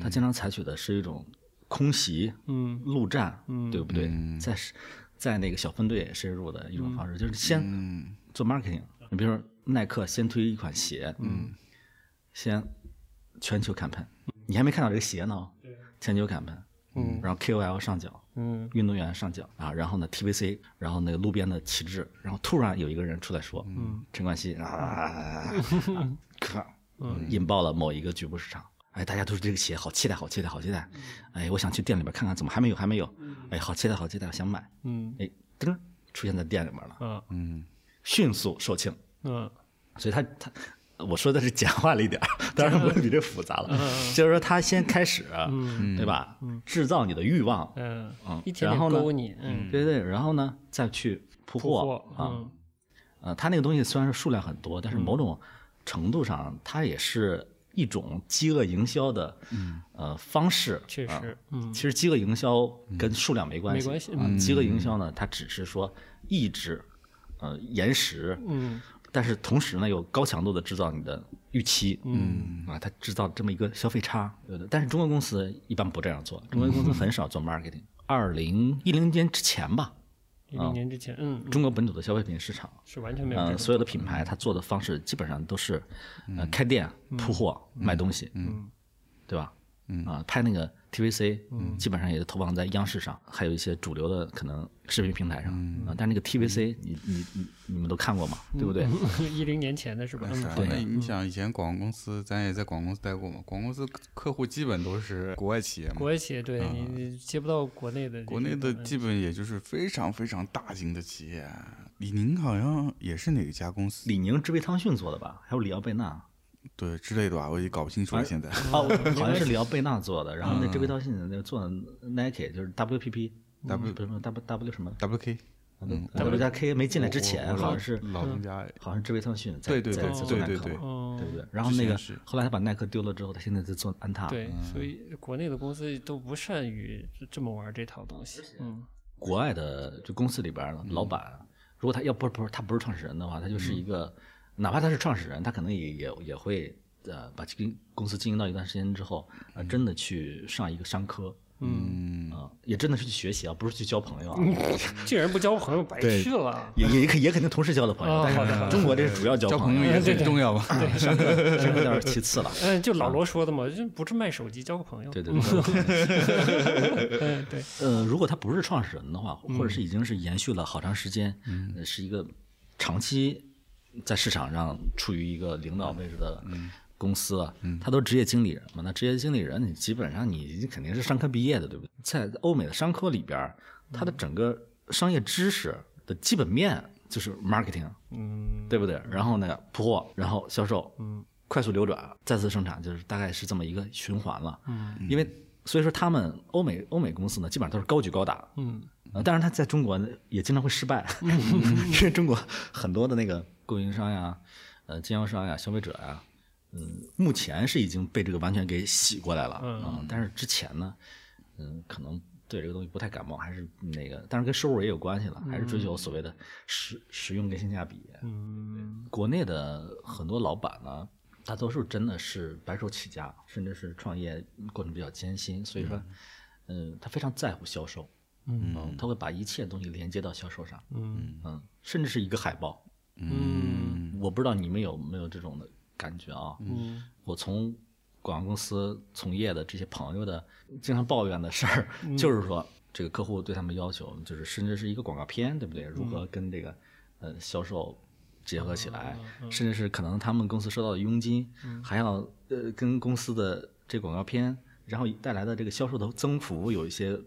Speaker 3: 它经常采取的是一种空袭、
Speaker 2: 嗯
Speaker 3: 陆战，对不对？在是在那个小分队深入的一种方式，就是先做 marketing。你比如说耐克先推一款鞋，嗯，先全球 campaign，你还没看到这个鞋呢，哦全球 campaign，嗯，然后 KOL 上脚，
Speaker 2: 嗯
Speaker 3: 运动员上脚啊，然后呢 TVC，然后那个路边的旗帜，然后突然有一个人出来说，嗯，嗯陈冠希 啊，咔，引爆了某一个局部市场。哎，大家都是这个鞋，好期待，好期待，好期待！哎，我想去店里边看看，怎么还没有，还没有？哎，好期待，好期待，我想买。
Speaker 2: 嗯
Speaker 3: 哎，噔，出现在店里面了，
Speaker 2: 啊
Speaker 1: 嗯，
Speaker 3: 迅速售罄。
Speaker 2: 嗯
Speaker 3: 所以他他我说的是简化了一点儿，当然不会比这复杂了。 就是说他先开始，对吧？制造你的欲望，
Speaker 2: 嗯
Speaker 3: 嗯
Speaker 2: 一点
Speaker 3: 然后
Speaker 2: 点
Speaker 3: 呢
Speaker 2: 勾你，嗯，
Speaker 3: 对对，然后呢再去铺
Speaker 2: 不
Speaker 3: 货
Speaker 2: 惑
Speaker 3: 啊。
Speaker 2: 嗯
Speaker 3: 呃，它那个东西虽然是数量很多，但是某种程度上它也是一种饥饿营销的
Speaker 2: 嗯
Speaker 3: 呃方式。
Speaker 2: 确
Speaker 3: 啊
Speaker 2: 实，嗯
Speaker 3: 其实饥饿营销跟数量没关系，
Speaker 2: 没关系嗯
Speaker 3: 啊。饥饿营销呢，它只是说抑制呃延时，
Speaker 2: 嗯
Speaker 3: 但是同时呢又高强度的制造你的预期，嗯啊，它制造这么一个消费差，对的。但是中国公司一般不这样做，中国 公司很少做 marketing。二零一零年之前吧，
Speaker 2: 一零年之前，嗯
Speaker 3: 中国本土的消费品市场
Speaker 2: 是完全没有这
Speaker 3: 呃，
Speaker 2: 个
Speaker 3: 所有的品牌它做的方式基本上都是，呃，开店、铺货、卖东西，嗯，对吧？嗯啊，拍那个 TVC，基本上也是投放在央视上，还有一些主流的可能视频平台上啊。但那个 TVC，你你你你们都看过吗？对不对？
Speaker 2: 一零年前的是吧？嗯，
Speaker 1: 对，哎你想以前广告公司，咱也在广告公司待过嘛，广告公司客户基本都是国外企业嘛，
Speaker 2: 国外企业
Speaker 3: 啊
Speaker 2: 对你你接不到国内的这
Speaker 1: 国内
Speaker 2: 种
Speaker 1: 的
Speaker 2: 嗯
Speaker 1: 基本也就是非常非常大型的企业。啊李宁好像也是哪家公司
Speaker 3: 李宁是为汤逊做的吧？还有里奥贝纳，
Speaker 1: 对之类的吧，我也搞不清楚了。现在
Speaker 3: 哦，好像是里奥贝纳做的。然后那这为汤逊那个做的 Nike 就是 WPP，W 嗯不是 W W 什么
Speaker 1: W K
Speaker 3: W 加 K 没进来之前，好像是
Speaker 1: 老东家，
Speaker 3: 好像是为汤逊在
Speaker 1: 对对
Speaker 3: 在
Speaker 1: 对
Speaker 3: 在做耐
Speaker 1: 对
Speaker 3: 克
Speaker 1: 对
Speaker 3: 嘛
Speaker 1: 对，
Speaker 2: 哦
Speaker 3: 对不对？然后那个
Speaker 1: 前是
Speaker 3: 后来他把耐克丢了之后，他现在在做安踏。，
Speaker 2: 对，所
Speaker 3: 嗯
Speaker 2: 以国内的公司都不善于这这么玩这套东西。嗯
Speaker 3: 国外的就公司里边儿的老板，如果他要不是不是他不是创始人的话，他就是一个，哪怕他是创始人，他可能也也也会呃把这个公司经营到一段时间之后，呃真的去上一个商科，嗯啊、也真的是去学习啊，不是去交朋友啊。
Speaker 2: 竟然不交朋友，白去了。
Speaker 3: 也也也肯定同时交的朋友，
Speaker 2: 哦好的
Speaker 3: 但是中国这是主要交
Speaker 1: 交
Speaker 3: 朋
Speaker 1: 朋友也
Speaker 3: 友，
Speaker 1: 很重要吧？
Speaker 3: 上课上课有点其次了。
Speaker 2: 嗯，就老罗说的嘛，就不是卖手机交个朋友。
Speaker 3: 啊对对对，
Speaker 2: 嗯对，
Speaker 3: 呃，如果他不是创始人的话，或者是已经是延续了好长时间，
Speaker 2: 嗯
Speaker 3: 呃是一个长期在市场上处于一个领导位置的
Speaker 2: 嗯
Speaker 3: 公司啊，他都是职业经理人嘛。那职业经理人，你基本上你肯定是商科毕业的，对不对？在欧美的商科里边儿，他的整个商业知识的基本面就是 marketing，
Speaker 2: 嗯
Speaker 3: 对不对？然后呢，铺货，然后销售，嗯，快速流转，再次生产，就是大概是这么一个循环了。嗯，因为所以说他们欧美欧美公司呢，基本上都是高举高打，
Speaker 2: 嗯
Speaker 3: 呃，当然他在中国呢也经常会失 败，因为中国很多的那个供应商呀、呃经销商呀、消费者呀，嗯，目前是已经被这个完全给洗过来了，
Speaker 2: 嗯
Speaker 3: 啊但是之前呢，嗯，可能对这个东西不太感冒，还是那个，当然跟收入也有关系了，还是追求所谓的实实用跟性价比，
Speaker 2: 嗯
Speaker 3: 国内的很多老板呢，大多数真的是白手起家，甚至是创业过程比较艰辛，所以说，嗯，他非常在乎销售，
Speaker 2: 嗯
Speaker 3: 他会把一切东西连接到销售上，
Speaker 2: 嗯
Speaker 3: 嗯，甚至是一个海报，
Speaker 2: 嗯
Speaker 3: 我不知道你们有没有这种的感觉啊，
Speaker 2: 嗯
Speaker 3: 我从广告公司从业的这些朋友的经常抱怨的事儿，
Speaker 2: 嗯
Speaker 3: 就是说这个客户对他们要求，就是甚至是一个广告片，对不对？如
Speaker 2: 嗯
Speaker 3: 何跟这个呃销售结合起来，甚至是可能他们公司收到的佣金，还要呃跟公司的这广告片，然后带来的这个销售的增幅有一些。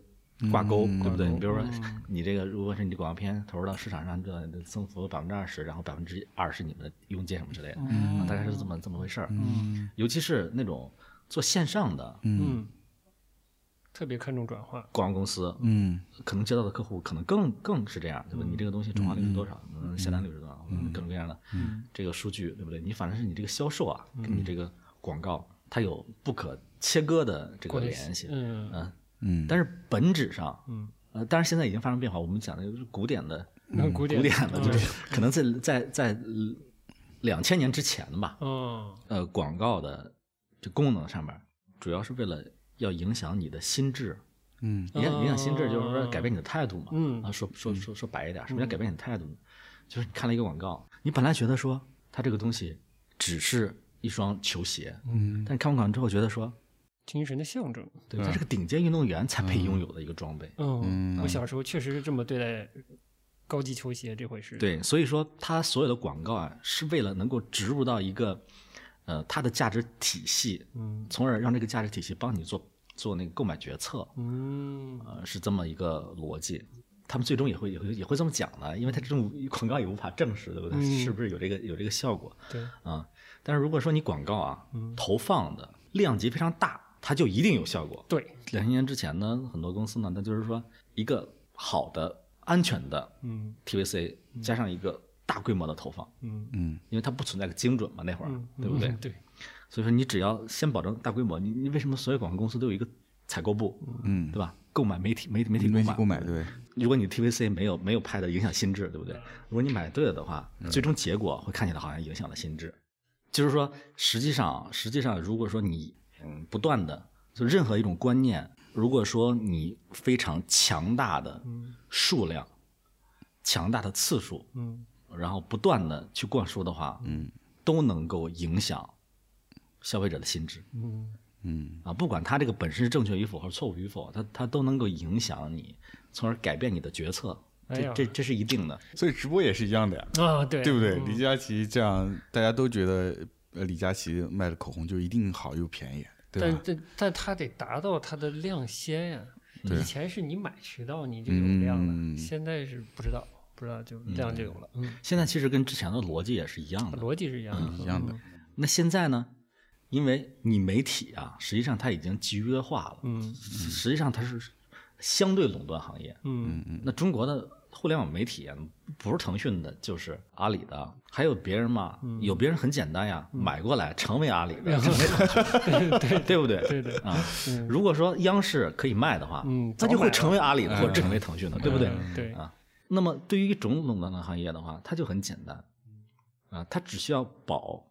Speaker 3: 嗯挂钩，对不对？你比如说，你这个如果是你的广告片投入到市场上，这你的增幅百分之二十，然后百分之二是你们的佣金什么之类的，啊大概是这么这么回事儿。
Speaker 2: 嗯
Speaker 3: 尤其是那种做线上的
Speaker 2: 嗯，特别看重转化。
Speaker 3: 广告公司，
Speaker 1: 嗯
Speaker 3: 可能接到的客户可能更更是这样，对吧？
Speaker 2: 嗯
Speaker 3: 你这个东西转化率是多少？嗯，下单率是
Speaker 2: 嗯
Speaker 3: 多少？嗯，各种各样的这个数据，对不对？你反正是你这个销售啊，跟你这个广告，它有不可切割的这个
Speaker 2: 关
Speaker 3: 联
Speaker 2: 系，。
Speaker 3: 系
Speaker 2: 嗯，
Speaker 3: 嗯，
Speaker 1: 嗯，
Speaker 3: 但是本质上，
Speaker 2: 嗯，
Speaker 3: 呃，当然现在已经发生变化。我们讲的就是古典的
Speaker 2: 那古典
Speaker 3: 古典了，
Speaker 2: 嗯
Speaker 3: 就是可能在在在两千年之前吧，
Speaker 2: 嗯
Speaker 3: 呃，广告的这功能上面，主要是为了要影响你的心智，
Speaker 1: 嗯
Speaker 3: 影响影响心智，就是说
Speaker 2: 哦
Speaker 3: 改变你的态度嘛。
Speaker 2: 嗯
Speaker 3: 啊，说说说说白一点，什么叫改变你的态度呢？就是你看了一个广告，你本来觉得说它这个东西只是一双球鞋，
Speaker 1: 嗯
Speaker 3: 但你看完广告之后觉得说，
Speaker 2: 精神的象征。
Speaker 3: 对，它是个顶尖运动员才配拥有的一个装备。
Speaker 2: 嗯，我
Speaker 1: 嗯
Speaker 2: 小时候确实是这么对待高级球鞋这回事。，
Speaker 3: 对，所以说它所有的广告啊，是为了能够植入到一个，呃，它的价值体系，
Speaker 2: 嗯
Speaker 3: 从而让这个价值体系帮你做做那个购买决策，
Speaker 2: 嗯，
Speaker 3: 呃，是这么一个逻辑。他们最终也会也会也会这么讲的，因为它这种广告也无法证实，对不对？
Speaker 2: 嗯
Speaker 3: 是不是有这个有这个效果
Speaker 2: 对，
Speaker 3: 啊、但是如果说你广告啊、
Speaker 2: 嗯
Speaker 3: 投放的量级非常大，它就一定有效果。
Speaker 2: 对，
Speaker 3: 两千年之前呢，很多公司呢，它就是说一个好的、安全的
Speaker 2: 嗯
Speaker 3: TVC 加上一个大规模的投放，
Speaker 2: 嗯
Speaker 1: 嗯
Speaker 3: 因为它不存在个精准嘛，那会儿、
Speaker 2: 嗯，
Speaker 3: 对不对？
Speaker 2: 嗯 对，
Speaker 3: 所以说你只要先保证大规模，你你为什么所有广告公司都有一个采购部，
Speaker 1: 嗯，
Speaker 3: 对吧？购买媒体媒体媒体
Speaker 1: 媒
Speaker 3: 购
Speaker 1: 体
Speaker 3: 买，
Speaker 1: 购买对，
Speaker 3: 如果你 TVC 没有没有拍的影响心智，对不对？如果你买对了的话，最终结果会看起来好像影响了心智。就是说，实际上实际上，如果说你嗯不断的就任何一种观念，如果说你非常强大的数量、强大的次数，
Speaker 2: 嗯
Speaker 3: 然后不断的去灌输的话，
Speaker 1: 嗯
Speaker 3: 都能够影响消费者的心智
Speaker 2: 嗯
Speaker 1: 嗯
Speaker 3: 啊，不管它这个本身是正确与否或者错误与否，它它都能够影响你，从而改变你的决策。
Speaker 2: 哎呀
Speaker 3: 这这这是一定的，
Speaker 1: 所以直播也是一样的呀，
Speaker 2: 啊，对，
Speaker 1: 对不对？
Speaker 2: 嗯
Speaker 1: 李佳琦这样，大家都觉得呃李佳琦卖的口红就一定好又便宜，对
Speaker 2: 但
Speaker 1: 吧？
Speaker 2: 但但它得达到它的量先呀。
Speaker 1: 对
Speaker 2: 以前是你买渠道你就有量
Speaker 1: 嗯
Speaker 2: 了，现在是不知道，不知道就量就有了。嗯，
Speaker 3: 现在其实跟之前的逻辑也是一样的。
Speaker 2: 逻辑是一样的。
Speaker 1: 嗯一样的，
Speaker 3: 那现在呢？因为你媒体啊，实际上它已经集约化了，
Speaker 2: 嗯
Speaker 3: 实际上它是相对垄断行业。
Speaker 2: 嗯
Speaker 3: 那中国的互联网媒体啊，不是腾讯的，就是阿里的，还有别人吗？
Speaker 2: 嗯
Speaker 3: 有别人很简单呀，买过来成为阿里的，成为腾讯对不对？
Speaker 2: 嗯 对对
Speaker 3: 啊
Speaker 2: 嗯，
Speaker 3: 如果说央视可以卖的话，
Speaker 2: 嗯
Speaker 3: 它
Speaker 2: 早
Speaker 3: 就
Speaker 2: 买
Speaker 3: 会
Speaker 2: 了
Speaker 3: 成为阿里的或者成为腾讯的，对不对？
Speaker 2: 嗯对
Speaker 3: 啊，那么对于一种垄断的行业的话，它就很简单，啊，它只需要保，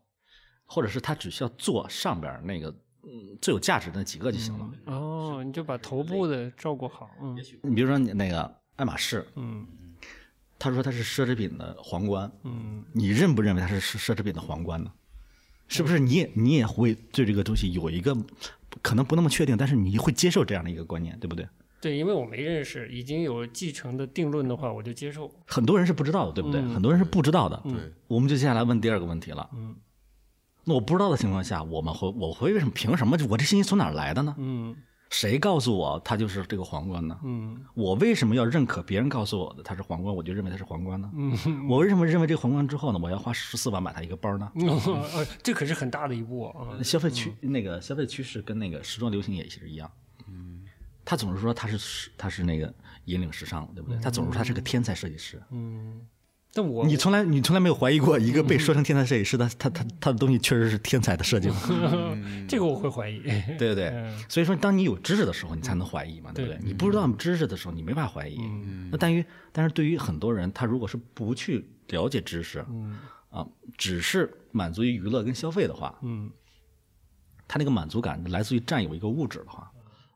Speaker 3: 或者是它只需要做上边儿那个嗯最有价值的那几个就行了。
Speaker 2: 哦，你就把头部的照顾好。嗯
Speaker 3: 你比如说你那个爱马仕，
Speaker 2: 嗯
Speaker 3: 他说它是奢侈品的皇冠，
Speaker 2: 嗯，
Speaker 3: 你认不认为它是奢奢侈品的皇冠呢？是不是你也你也会对这个东西有一个可能不那么确定，但是你会接受这样的一个观念，对不对？
Speaker 2: 对，因为我没认识，已经有继承的定论的话，我就接受。
Speaker 3: 很多人是不知道的，对不对？很多人是不知道的。
Speaker 1: 对，
Speaker 3: 我们就接下来问第二个问题了。
Speaker 2: 嗯，
Speaker 3: 那我不知道的情况下，我们会我会为什么凭什么我这信息从哪儿来的呢？
Speaker 2: 嗯
Speaker 3: 谁告诉我它就是这个皇冠呢？
Speaker 2: 嗯
Speaker 3: 我为什么要认可别人告诉我的它是皇冠，我就认为它是皇冠呢？
Speaker 2: 嗯，
Speaker 3: 我为什么认为这个皇冠之后呢，我要花十四万买它一个包呢？
Speaker 2: 呃，这可是很大的一步啊。
Speaker 3: 消费趋、那个消费趋势跟那个时装流行也是一样。嗯，他总是说他是时他是那个引领时尚，对不对？他总是说他是个天才设计师。
Speaker 2: 嗯，但我 嗯
Speaker 3: 你从来你从来没有怀疑过一个被说成天才设计师的他他他的东西确实是天才的设计吗？
Speaker 1: 嗯
Speaker 2: 这个我会怀疑。
Speaker 3: 对不对
Speaker 2: 嗯？
Speaker 3: 所以说，当你有知识的时候，你才能怀疑嘛，对不对？你不知道知识的时候，你没法怀疑。
Speaker 2: 嗯
Speaker 3: 那但于但是对于很多人，他如果是不去了解知识，
Speaker 2: 嗯
Speaker 3: 啊，只是满足于娱乐跟消费的话，
Speaker 2: 嗯，
Speaker 3: 他那个满足感来自于占有一个物质的话，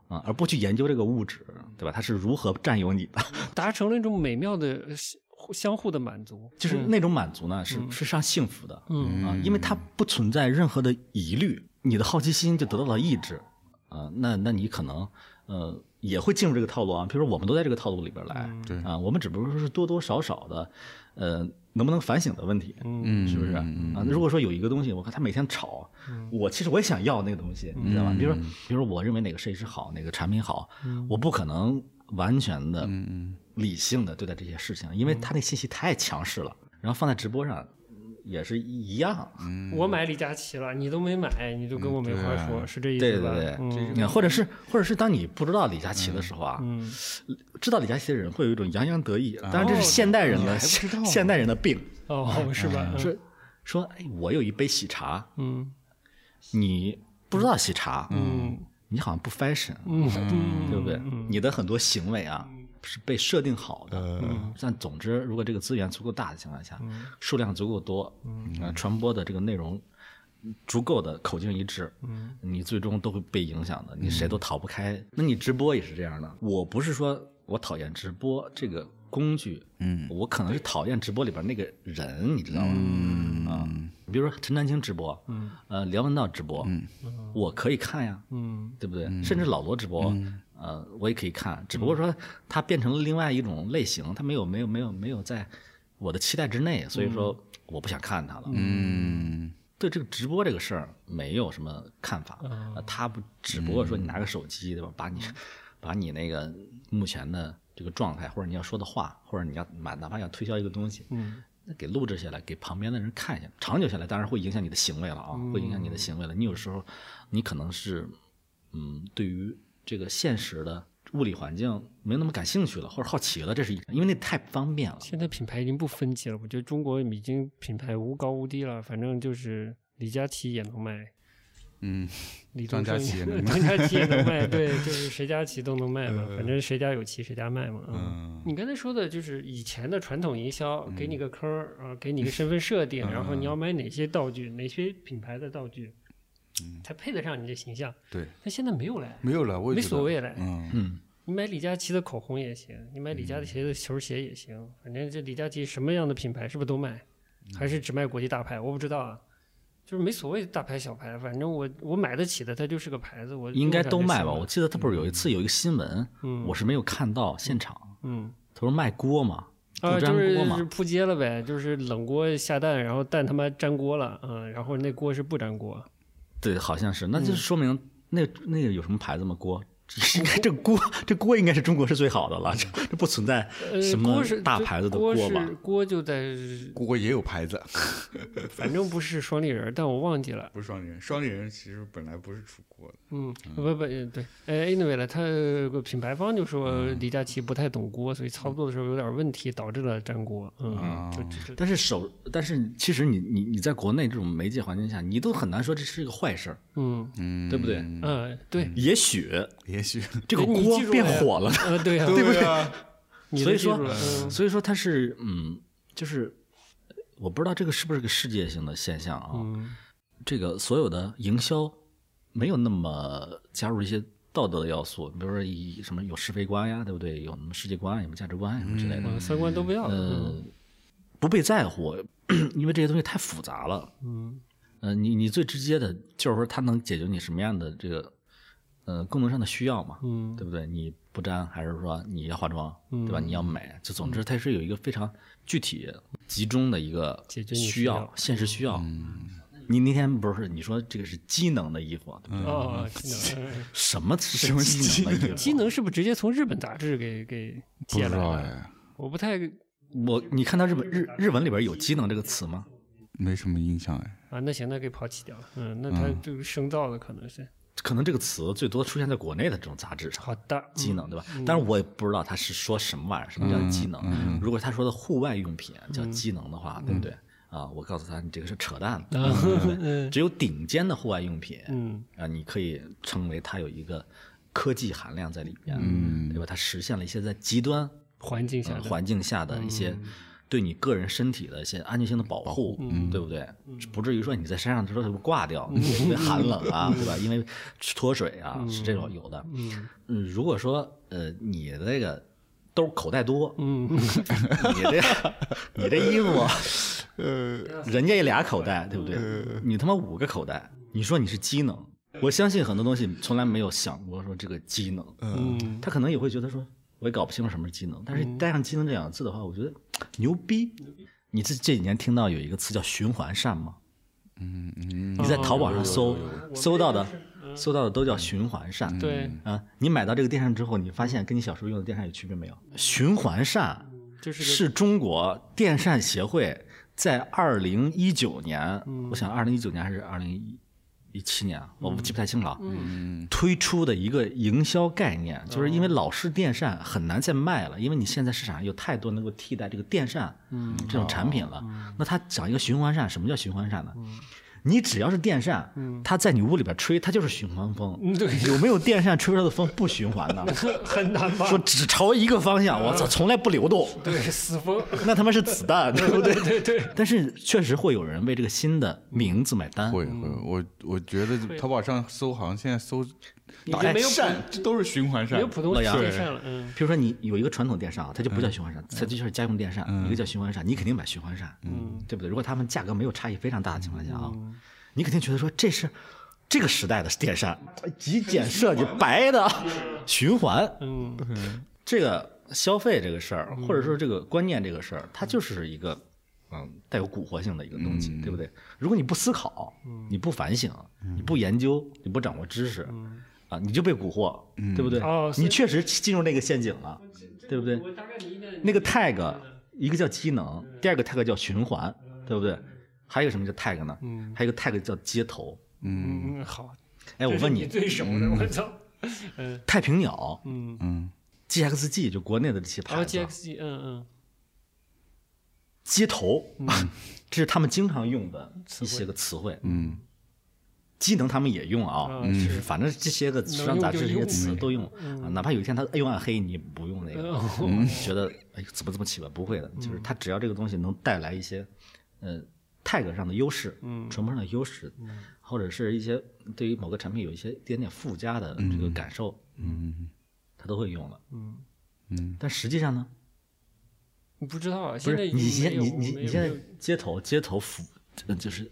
Speaker 3: 啊，而不去研究这个物质，对吧？它是如何占有你的？
Speaker 2: 达成了一种美妙的呃互相互的满足。
Speaker 3: 就是那种满足呢，是是上幸福的，嗯啊，因为它不存在任何的疑虑，你的好奇心就得到了抑制，啊，那那你可能呃也会进入这个套路啊，比如说我们都在这个套路里边来，
Speaker 1: 对
Speaker 3: 啊，我们只不过说是多多少少的，呃，能不能反省的问题，
Speaker 1: 嗯，
Speaker 3: 是不是啊？如果说有一个东西，我看他每天炒，我其实我也想要那个东西，你
Speaker 1: 嗯
Speaker 3: 知道吧？比如说，比如说我认为哪个设计师好，哪个产品好，我不可能完全的
Speaker 1: 嗯
Speaker 3: 理性的对待这些事情，因
Speaker 2: 嗯
Speaker 3: 为他那信息太强势了。然后放在直播上嗯也是一样，
Speaker 2: 我买李佳琦了，你都没买，你就跟我没话
Speaker 1: 对
Speaker 2: 说，
Speaker 1: 啊
Speaker 2: 是这意
Speaker 3: 对
Speaker 2: 思
Speaker 3: 对
Speaker 2: 吧？
Speaker 3: 对，
Speaker 2: 嗯
Speaker 3: 嗯或者是或者是当你不知道李佳琦的时候啊，
Speaker 2: 嗯，
Speaker 3: 知道李佳琦的人会有一种洋洋得意，当然
Speaker 2: 哦
Speaker 3: 这是现代人
Speaker 1: 你
Speaker 3: 的、
Speaker 1: 还不知道
Speaker 3: 现代人的病，
Speaker 2: 啊哦，是吧？嗯
Speaker 3: 说说哎，我有一杯喜茶，
Speaker 2: 嗯
Speaker 3: 你不知道喜茶，
Speaker 2: 嗯
Speaker 3: 你好像不 fashion，
Speaker 2: 嗯嗯，
Speaker 3: 对不对？
Speaker 2: 嗯
Speaker 3: 你的很多行为啊是被设定好的。
Speaker 4: 嗯
Speaker 3: 但总之，如果这个资源足够大的情况下，
Speaker 2: 嗯
Speaker 3: 数量足够多，呃，传播的这个内容足够的口径一致，
Speaker 2: 嗯
Speaker 3: 你最终都会被影响的，你谁都逃不开。那你直播也是这样的。我不是说我讨厌直播这个工具，
Speaker 1: 嗯
Speaker 3: 我可能是讨厌直播里边那个人，你知道吗？啊，比如说陈丹青直播，
Speaker 2: 嗯
Speaker 3: 呃，梁文道直播，我可以看呀，
Speaker 2: 嗯
Speaker 3: 对不对？甚至老罗直播，呃，我也可以看，只不过说它变成了另外一种类型，它没有没有没有没有在我的期待之内，所以说我不想看它了。
Speaker 1: 嗯
Speaker 3: 对这个直播这个事儿没有什么看法，
Speaker 2: 嗯
Speaker 3: 呃他不只不过说你拿个手机对吧，把你 把你那个目前的这个状态，或者你要说的话，或者你要哪哪怕要推销一个东西，
Speaker 2: 嗯
Speaker 3: 那给录制下来，给旁边的人看一下，长久下来当然会影响你的行为了啊，会影响你的行为了。你有时候，你可能是，嗯，对于这个现实的物理环境没有那么感兴趣了，或者好奇了，这是一因为那太方便了。
Speaker 2: 现在品牌已经不分级了，我觉得中国已经品牌无高无低了，反正就是李佳琦也能卖，
Speaker 1: 嗯
Speaker 2: 李
Speaker 1: 张
Speaker 2: 宗
Speaker 1: 佳
Speaker 2: 盛
Speaker 1: 琪也能
Speaker 2: 张佳琪也能卖，对，就是谁家棋都能卖嘛，反正谁家有棋谁家卖嘛。嗯，
Speaker 1: 嗯
Speaker 2: 你刚才说的就是以前的传统营销，给
Speaker 3: 嗯
Speaker 2: 你个坑儿啊，给你个身份 设定，然后你要买哪些道具，哪些品牌的道具，
Speaker 3: 嗯
Speaker 2: 才配得上你这形象。
Speaker 1: 对，
Speaker 2: 但现在没有了，
Speaker 1: 没有了，我也
Speaker 2: 没
Speaker 1: 觉
Speaker 2: 所
Speaker 1: 得
Speaker 2: 谓了。
Speaker 1: 嗯
Speaker 3: 嗯，
Speaker 2: 你买李佳琦的口红也行，你买李佳琦的球鞋也行，反正这李佳琦什么样的品牌是不是都卖，
Speaker 3: 嗯
Speaker 2: 还是只卖国际大牌？我不知道啊，就是没所谓大牌小牌，反正我我买得起的，它就是个牌子，我
Speaker 3: 应该都卖吧？
Speaker 2: 用
Speaker 3: 我
Speaker 2: 不着
Speaker 3: 记得他不是有一次有一个新闻，
Speaker 2: 嗯
Speaker 3: 我是没有看到现场，
Speaker 2: 嗯
Speaker 3: 他说卖锅嘛，
Speaker 2: 啊，
Speaker 3: 不
Speaker 2: 就
Speaker 3: 粘
Speaker 2: 是
Speaker 3: 锅嘛
Speaker 2: 就是，扑街了呗，就是冷锅下蛋，然后蛋他妈粘锅了，嗯，然后那锅是不粘锅，
Speaker 3: 对，好像是，那
Speaker 2: 嗯
Speaker 3: 就是说明那那个有什么牌子吗？锅。 应该这锅，这锅应该是中国是最好的了，这这不存在
Speaker 2: 呃，
Speaker 3: 什么
Speaker 2: 锅是
Speaker 3: 大
Speaker 2: 这
Speaker 3: 牌子的
Speaker 2: 锅
Speaker 3: 吧？
Speaker 2: 是锅就在，
Speaker 1: 锅也有牌子，
Speaker 2: 反正不是双立人，但我忘记了。
Speaker 1: 不是双立人，双立人其实本来不是出锅的，
Speaker 2: 嗯，不不呃对，呃，anyway 了，他呃品牌方就说
Speaker 3: 嗯
Speaker 2: 李佳琦不太懂锅，所以操作的时候有点问题，导致了粘锅。嗯，就这这，
Speaker 3: 哦但是手，但是其实你你你在国内这种媒介环境下，你都很难说这是一个坏事儿，
Speaker 2: 嗯
Speaker 1: 嗯，
Speaker 3: 对不对？？
Speaker 2: 嗯，对，
Speaker 3: 也许
Speaker 1: 也 许，
Speaker 3: 这个
Speaker 2: 哎你
Speaker 3: 锅
Speaker 2: 记住
Speaker 3: 变
Speaker 2: 了呀
Speaker 3: 火了，
Speaker 2: 呃， 对啊，
Speaker 1: 不对啊？
Speaker 2: 你
Speaker 3: 所
Speaker 2: 都
Speaker 3: 以
Speaker 2: 记
Speaker 3: 说
Speaker 2: 住了，嗯
Speaker 3: 所以说它是嗯，就是呃我不知道这个是不是个世界性的现象啊。
Speaker 2: 嗯
Speaker 3: 这个所有的营销没有那么加入一些道德的要素，比如说以什么有是非观呀，对不对？有什么世界观啊，有什么价值观啊，什么之类的。
Speaker 2: 嗯，三观都不要了。嗯
Speaker 3: 呃，不被在乎， 因为这些东西太复杂了。
Speaker 2: 嗯
Speaker 3: 呃，你你最直接的就是说，它能解决你什么样的这个呃功能上的需要嘛，
Speaker 2: 嗯
Speaker 3: 对不对？你不粘，还是说你要化妆，对吧？你
Speaker 2: 嗯
Speaker 3: 要美，就总之它是有一个非常具体、集中的一个
Speaker 2: 解决你需
Speaker 3: 需
Speaker 2: 要
Speaker 3: 要、现实需要。你那天不是你说这个是机能的衣服，啊对不对？
Speaker 2: 哦，哦机 能，嗯
Speaker 3: 什么是机能的衣服？啊
Speaker 2: 机能是不是直接从日本杂志给给
Speaker 1: 不
Speaker 2: 借
Speaker 1: 知
Speaker 2: 来
Speaker 1: 道
Speaker 2: 的？
Speaker 1: 哎，
Speaker 2: 我不太
Speaker 3: 我你看到日本日日文里边有“机能”这个词吗？
Speaker 1: 没什么印象哎，
Speaker 2: 啊，那行，那给抛弃掉了。嗯，那他就是生造的可能是
Speaker 3: 可能这个词最多出现在国内的这种杂志上。
Speaker 2: 好的，
Speaker 3: 机能对吧？
Speaker 2: 嗯
Speaker 3: 但是我也不知道他是说什么玩意儿，什么叫机能。如果他说的户外用品啊叫
Speaker 2: 嗯
Speaker 3: 机能的话，对不对？啊，我告诉他你这个是扯淡的，对不对只有顶尖的户外用品，
Speaker 2: 嗯
Speaker 3: 啊，你可以称为它有一个科技含量在里面，对吧？它实现了一些在极端
Speaker 2: 环境下
Speaker 3: 呃
Speaker 2: 的
Speaker 3: 环境下的一些对你个人身体的一些安全性的嗯保护，嗯对不对？不至于说你在山上的时候挂掉，因为寒冷 啊，对吧？因为脱水啊，是这种有的。嗯，如果说呃你的这个兜口袋多，
Speaker 2: 嗯，
Speaker 3: 你这你这衣服，呃，人家也俩口袋，对不对？你他妈五个口袋，你说你是机能？我相信很多东西从来没有想过说这个机能，
Speaker 2: 嗯
Speaker 3: 他可能也会觉得说，我也搞不清楚什么是机能，但是带上“机能”这两个字的话，我觉得牛逼。你这这几年听到有一个词叫循环善吗？
Speaker 1: 嗯嗯，
Speaker 3: 你在淘宝上搜
Speaker 2: 哦有有有有，
Speaker 3: 搜到的
Speaker 2: 嗯
Speaker 3: 搜到的都叫循环扇。
Speaker 1: 嗯
Speaker 2: 对，
Speaker 3: 啊，你买到这个电扇之后，你发现跟你小时候用的电扇有区别没有？循环扇
Speaker 2: 就是个
Speaker 3: 是中国电扇协会在二零一九年，
Speaker 2: 嗯
Speaker 3: 我想二零一九年还是二零一七年啊，我记不太清了啊。
Speaker 2: 嗯
Speaker 3: 推出的一个营销概念，就是
Speaker 2: 哦
Speaker 3: 因为老式电扇很难再卖了，因为你现在市场上有太多能够
Speaker 2: 嗯哦嗯
Speaker 3: 替代这个电扇这种产品了。那他讲一个循环扇，什么叫循环扇呢？你只要是电扇，它在你屋里边吹，它就是循环风。
Speaker 2: 嗯对
Speaker 3: 有没有电扇吹出来的风不循环 的？
Speaker 2: 很难吧？
Speaker 3: 说只朝一个方向，我操，从来不流动，
Speaker 2: 对，死风，
Speaker 3: 那他妈是子弹，对 不对？
Speaker 2: 对对，
Speaker 3: 但是确实会有人为这个新的名字买单。
Speaker 1: 会会，
Speaker 2: 嗯
Speaker 1: 我我觉得淘宝上搜好像现在搜
Speaker 2: 已
Speaker 1: 打
Speaker 2: 经没有
Speaker 1: 扇，这都是循环
Speaker 2: 普
Speaker 1: 扇
Speaker 2: 没有。普通
Speaker 3: 老
Speaker 2: 电
Speaker 3: 杨
Speaker 2: 扇了，嗯，
Speaker 3: 比如说你有一个传统电扇啊，它就不叫循环扇，它就叫家用电扇，一个叫循环扇，你肯定买循环扇，
Speaker 2: 嗯
Speaker 3: 对不对？如果它们价格没有差异非常大的情况下啊，你肯定觉得说这是这个时代的电扇，哎极简设计，白的 循环，
Speaker 2: 嗯，
Speaker 3: 这个消费这个事儿，或者说这个观念这个事儿，它就是一个嗯带有蛊惑性的一个东
Speaker 2: 嗯
Speaker 3: 西，对不对？如果你不思考，你不反省，你不研究，你不掌握知识，啊，你就被蛊惑，对不对
Speaker 2: 嗯哦？所以
Speaker 3: 你确实进入那个陷阱了，对不对？
Speaker 2: 大概理解
Speaker 3: 那个 tag 一个叫机能，第二个 tag 叫循环，对不对？还有什么叫 tag 呢？还有一个 tag 叫街头。
Speaker 2: 嗯，好，
Speaker 3: 哎，我
Speaker 2: 这是
Speaker 3: 问
Speaker 2: 你
Speaker 3: 你，
Speaker 2: 最熟的，我操，嗯
Speaker 3: 太平鸟
Speaker 2: 嗯，
Speaker 1: 嗯，
Speaker 3: GXG 就国内的这些
Speaker 2: 然后
Speaker 3: 牌子，啊
Speaker 2: GXG，嗯
Speaker 3: 街头， 这是他们经常用的一些个嗯词汇。嗯，机能他们也用啊，
Speaker 2: 嗯
Speaker 3: 就是反正这些个时尚杂志这些词都用，啊哪怕有一天他哎呦暗黑，你不用那个， 嗯觉得哎怎么怎么起吧，不会的，就是他只要这个东西能带来一些，呃。tag 上的优势，传播上的优势，或者是一些对于某个产品有一些一点点附加的这个感受，
Speaker 1: 嗯，
Speaker 3: 他都会用了。
Speaker 2: 嗯
Speaker 3: 但实际上呢，
Speaker 2: 嗯，不知道啊，
Speaker 3: 不
Speaker 2: 现在
Speaker 3: 是
Speaker 2: 已
Speaker 3: 你
Speaker 2: 经没
Speaker 3: 现
Speaker 2: 有
Speaker 3: 你你
Speaker 2: 没
Speaker 3: 你
Speaker 2: 有
Speaker 3: 现在
Speaker 2: 没有
Speaker 3: 街头街头服呃就是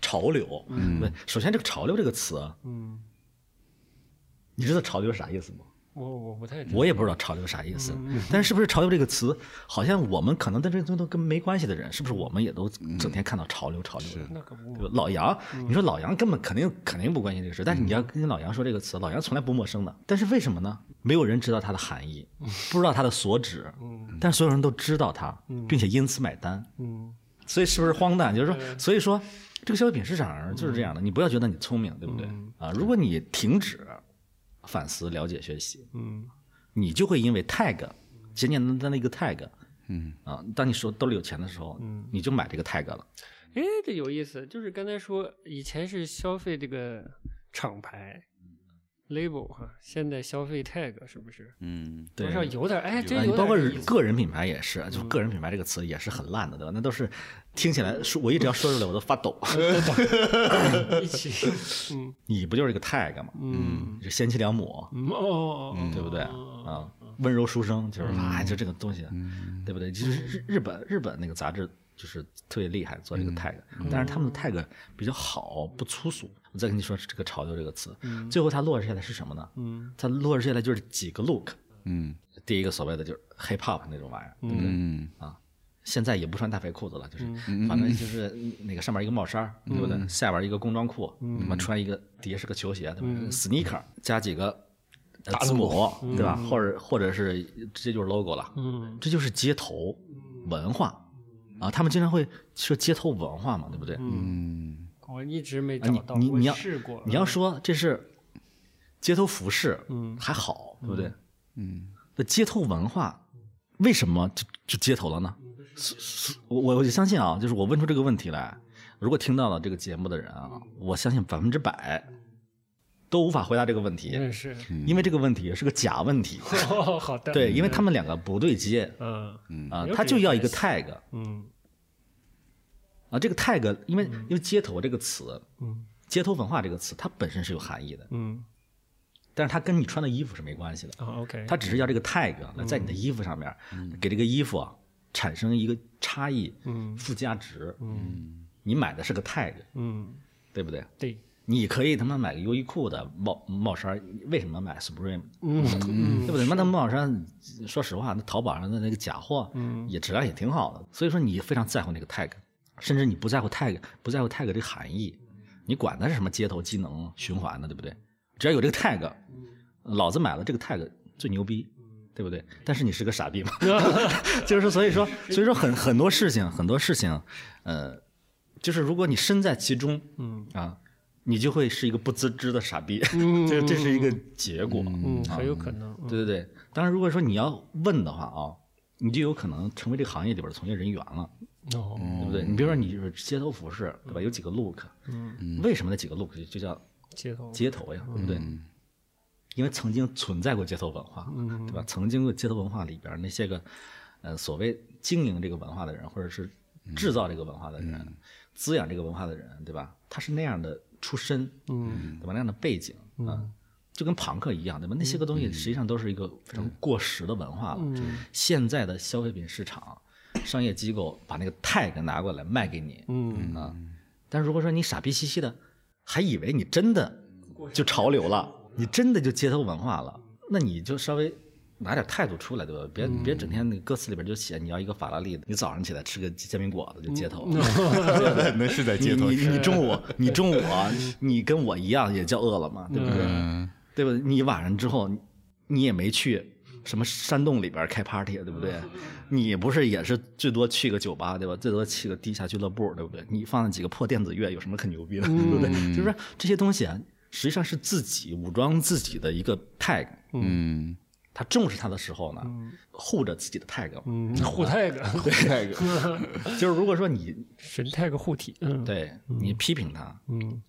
Speaker 3: 潮流，嗯，对，首先这个潮流这个词啊，
Speaker 2: 嗯，
Speaker 3: 你知道潮流是啥意思吗？
Speaker 2: 我我不太知道，
Speaker 3: 我也不知道潮流是啥意思，
Speaker 2: 嗯
Speaker 3: 但是是不是潮流这个词，好像我们可能跟这东西都跟没关系的人，是不是我们也都整天看到潮流潮流的？
Speaker 2: 那可不
Speaker 3: 对吧老杨，
Speaker 2: 嗯
Speaker 3: 你说老杨根本肯定肯定不关心这个事，但是你要跟老杨说这个词，老杨从来不陌生的。但是为什么呢？没有人知道它的含义，
Speaker 2: 嗯
Speaker 3: 不知道它的所指，但是所有人都知道它，并且因此买单。
Speaker 2: 嗯
Speaker 3: 所以是不是荒诞？就是说，所以说这个消费品市场就是这
Speaker 2: 嗯
Speaker 3: 样的，你不要觉得你聪明，对不对？啊，如果你停止反思、了解、学习，
Speaker 2: 嗯
Speaker 3: 你就会因为 tag 简简单单的一个 tag，
Speaker 1: 嗯
Speaker 3: 啊，当你手兜里有钱的时候，
Speaker 2: 嗯
Speaker 3: 你就买这个 tag 了。
Speaker 2: 哎，这有意思，就是刚才说以前是消费这个厂牌
Speaker 3: 嗯
Speaker 2: label 哈，现在消费 tag 是不是？
Speaker 1: 嗯，
Speaker 3: 对
Speaker 2: 多少有点，哎，真
Speaker 3: 啊，你
Speaker 2: 有
Speaker 3: 包括
Speaker 2: 点意思。嗯
Speaker 3: 个人品牌也是，就个人品牌这个词也是很烂的，对吧？那都是听起来说，我一直要说出来我都发抖。
Speaker 2: 一起，嗯
Speaker 3: 你不就是个 tag 吗？
Speaker 2: 嗯，
Speaker 3: 就贤妻良母，
Speaker 2: 嗯哦哦哦，
Speaker 3: 对不对？
Speaker 2: 哦
Speaker 3: 啊，温柔书生就是啊，就这个东西，对不对？就是日日本日本那个杂志就是特别厉害做这个 tag，但是他们的 tag 比较好，不粗俗。我再跟你说这个潮流这个词，最后它落实下来是什么呢？
Speaker 2: 嗯
Speaker 3: 它落实下来就是几个 look，
Speaker 1: 嗯
Speaker 3: 第一个所谓的就是 hip hop 那种玩意儿，对不对？
Speaker 1: 嗯
Speaker 3: 现在也不穿大肥裤子了，就是反正就是那个上面一个帽衫儿，对不对？下边一个工装裤，什么穿一个底下是个球鞋，对吧？sneaker 加几个呃字母，对吧？或者或者是直接就是 logo 了，
Speaker 2: 嗯
Speaker 3: 这就是街头文化啊！他们经常会说街头文化嘛，对不对？
Speaker 1: 嗯，
Speaker 2: 我一直没
Speaker 3: 啊
Speaker 2: 找
Speaker 3: 你
Speaker 2: 到，
Speaker 3: 你
Speaker 2: 我
Speaker 3: 你要
Speaker 2: 试过，
Speaker 3: 你要说这是街头服饰，
Speaker 2: 嗯
Speaker 3: 还好，对不对？
Speaker 1: 嗯，
Speaker 3: 那街头文化为什么就就街头了呢？是是我我我就相信啊，就是我问出这个问题来，如果听到了这个节目的人啊，我相信百分之百都无法回答这个问题，
Speaker 2: 认 识。
Speaker 3: 因为这个问题是个假问题。
Speaker 2: 哦，好的。
Speaker 3: 对，因为他们两个不对接
Speaker 2: 嗯
Speaker 3: 啊
Speaker 2: 有，
Speaker 3: 他就要一个
Speaker 2: 这
Speaker 3: tag
Speaker 2: 嗯
Speaker 3: 啊，这个 tag，因为因为街头这个词，
Speaker 2: 嗯
Speaker 3: 街头文化这个词，它本身是有含义的，
Speaker 2: 嗯，
Speaker 3: 但是它跟你穿的衣服是没关系的。
Speaker 2: 哦，OK，
Speaker 3: 它只是要这个 tag 来在你的衣服上面，给这个衣服啊产生一个差异，
Speaker 2: 嗯
Speaker 3: 附加值。嗯，你买的是个 tag，
Speaker 2: 嗯，
Speaker 3: 对不对？
Speaker 2: 对，
Speaker 3: 你可以他妈买个优衣库的帽帽衫儿，你为什么买 Supreme？
Speaker 2: 嗯
Speaker 3: 对不对？那他帽衫，说实话，那淘宝上的那个假货，
Speaker 2: 嗯
Speaker 3: 也质量也挺好的。所以说你非常在乎那个 tag，甚至你不在乎 tag，不在乎 tag 这个含义，你管它是什么街头机能循环的，对不对？只要有这个 tag，老子
Speaker 2: 嗯
Speaker 3: 买了这个 tag 最牛逼，对不对？但是你是个傻 逼嘛，就是说所以说所以说很很多事情很多事情，呃，就是如果你身在其中，
Speaker 2: 嗯
Speaker 3: 啊。你就会是一个不自知的傻逼，这这是一个 结果。
Speaker 2: 嗯，很有可能。
Speaker 3: 对对对，当然，如果说你要问的话啊，你就有可能成为这个行业里边的从业人员了。
Speaker 2: 哦，
Speaker 3: 对不对？你比如说你就是街头服饰，对吧？有几个 look，嗯，为什么那几个 look 就就叫
Speaker 2: 街头
Speaker 3: 街头呀，对不对？因为曾经存在过街头文化，对吧？曾经的街头文化里边儿那些个，呃，所谓经营这个文化的人，或者是制造这个文化的人，滋养这个文化的人，对吧？他是那样的出身，嗯，对吧？那样的背景，啊，就跟朋克一样，对吧？那些个东西实际上都是一个非常过时的文化了。现在的消费品市场，商业机构把那个 tag 拿过来卖给你，
Speaker 2: 嗯
Speaker 3: 啊，但如果说你傻逼兮兮的，还以为你真的就潮流了，你真的就街头文化了，那你就稍微拿点态度出来，对吧？别、别整天那个歌词里边就写你要一个法拉利，你早上起来吃个煎饼果子就街头，
Speaker 1: 那是 在
Speaker 3: 你
Speaker 1: 街头
Speaker 3: 你
Speaker 1: 吃
Speaker 3: 你，中午你中午啊，你跟我一样也叫饿了嘛，对不对？
Speaker 1: 嗯，
Speaker 3: 对吧？你晚上之后，你你也没去什么山洞里边开 party，对不对？你不是也是最多去个酒吧，对吧？最多去个地下俱乐部，对不对？你放了几个破电子乐，有什么可牛逼的，对不对？就是说这些东西啊，实际上是自己武装自己的一个 tag。
Speaker 1: 嗯，
Speaker 3: 他重视他的时候呢，护着自己的 tag，、
Speaker 2: 嗯，护
Speaker 3: 啊
Speaker 2: tag，
Speaker 3: 就是如果说你
Speaker 2: 神 tag 护体，嗯，
Speaker 3: 对你批评他，
Speaker 2: 嗯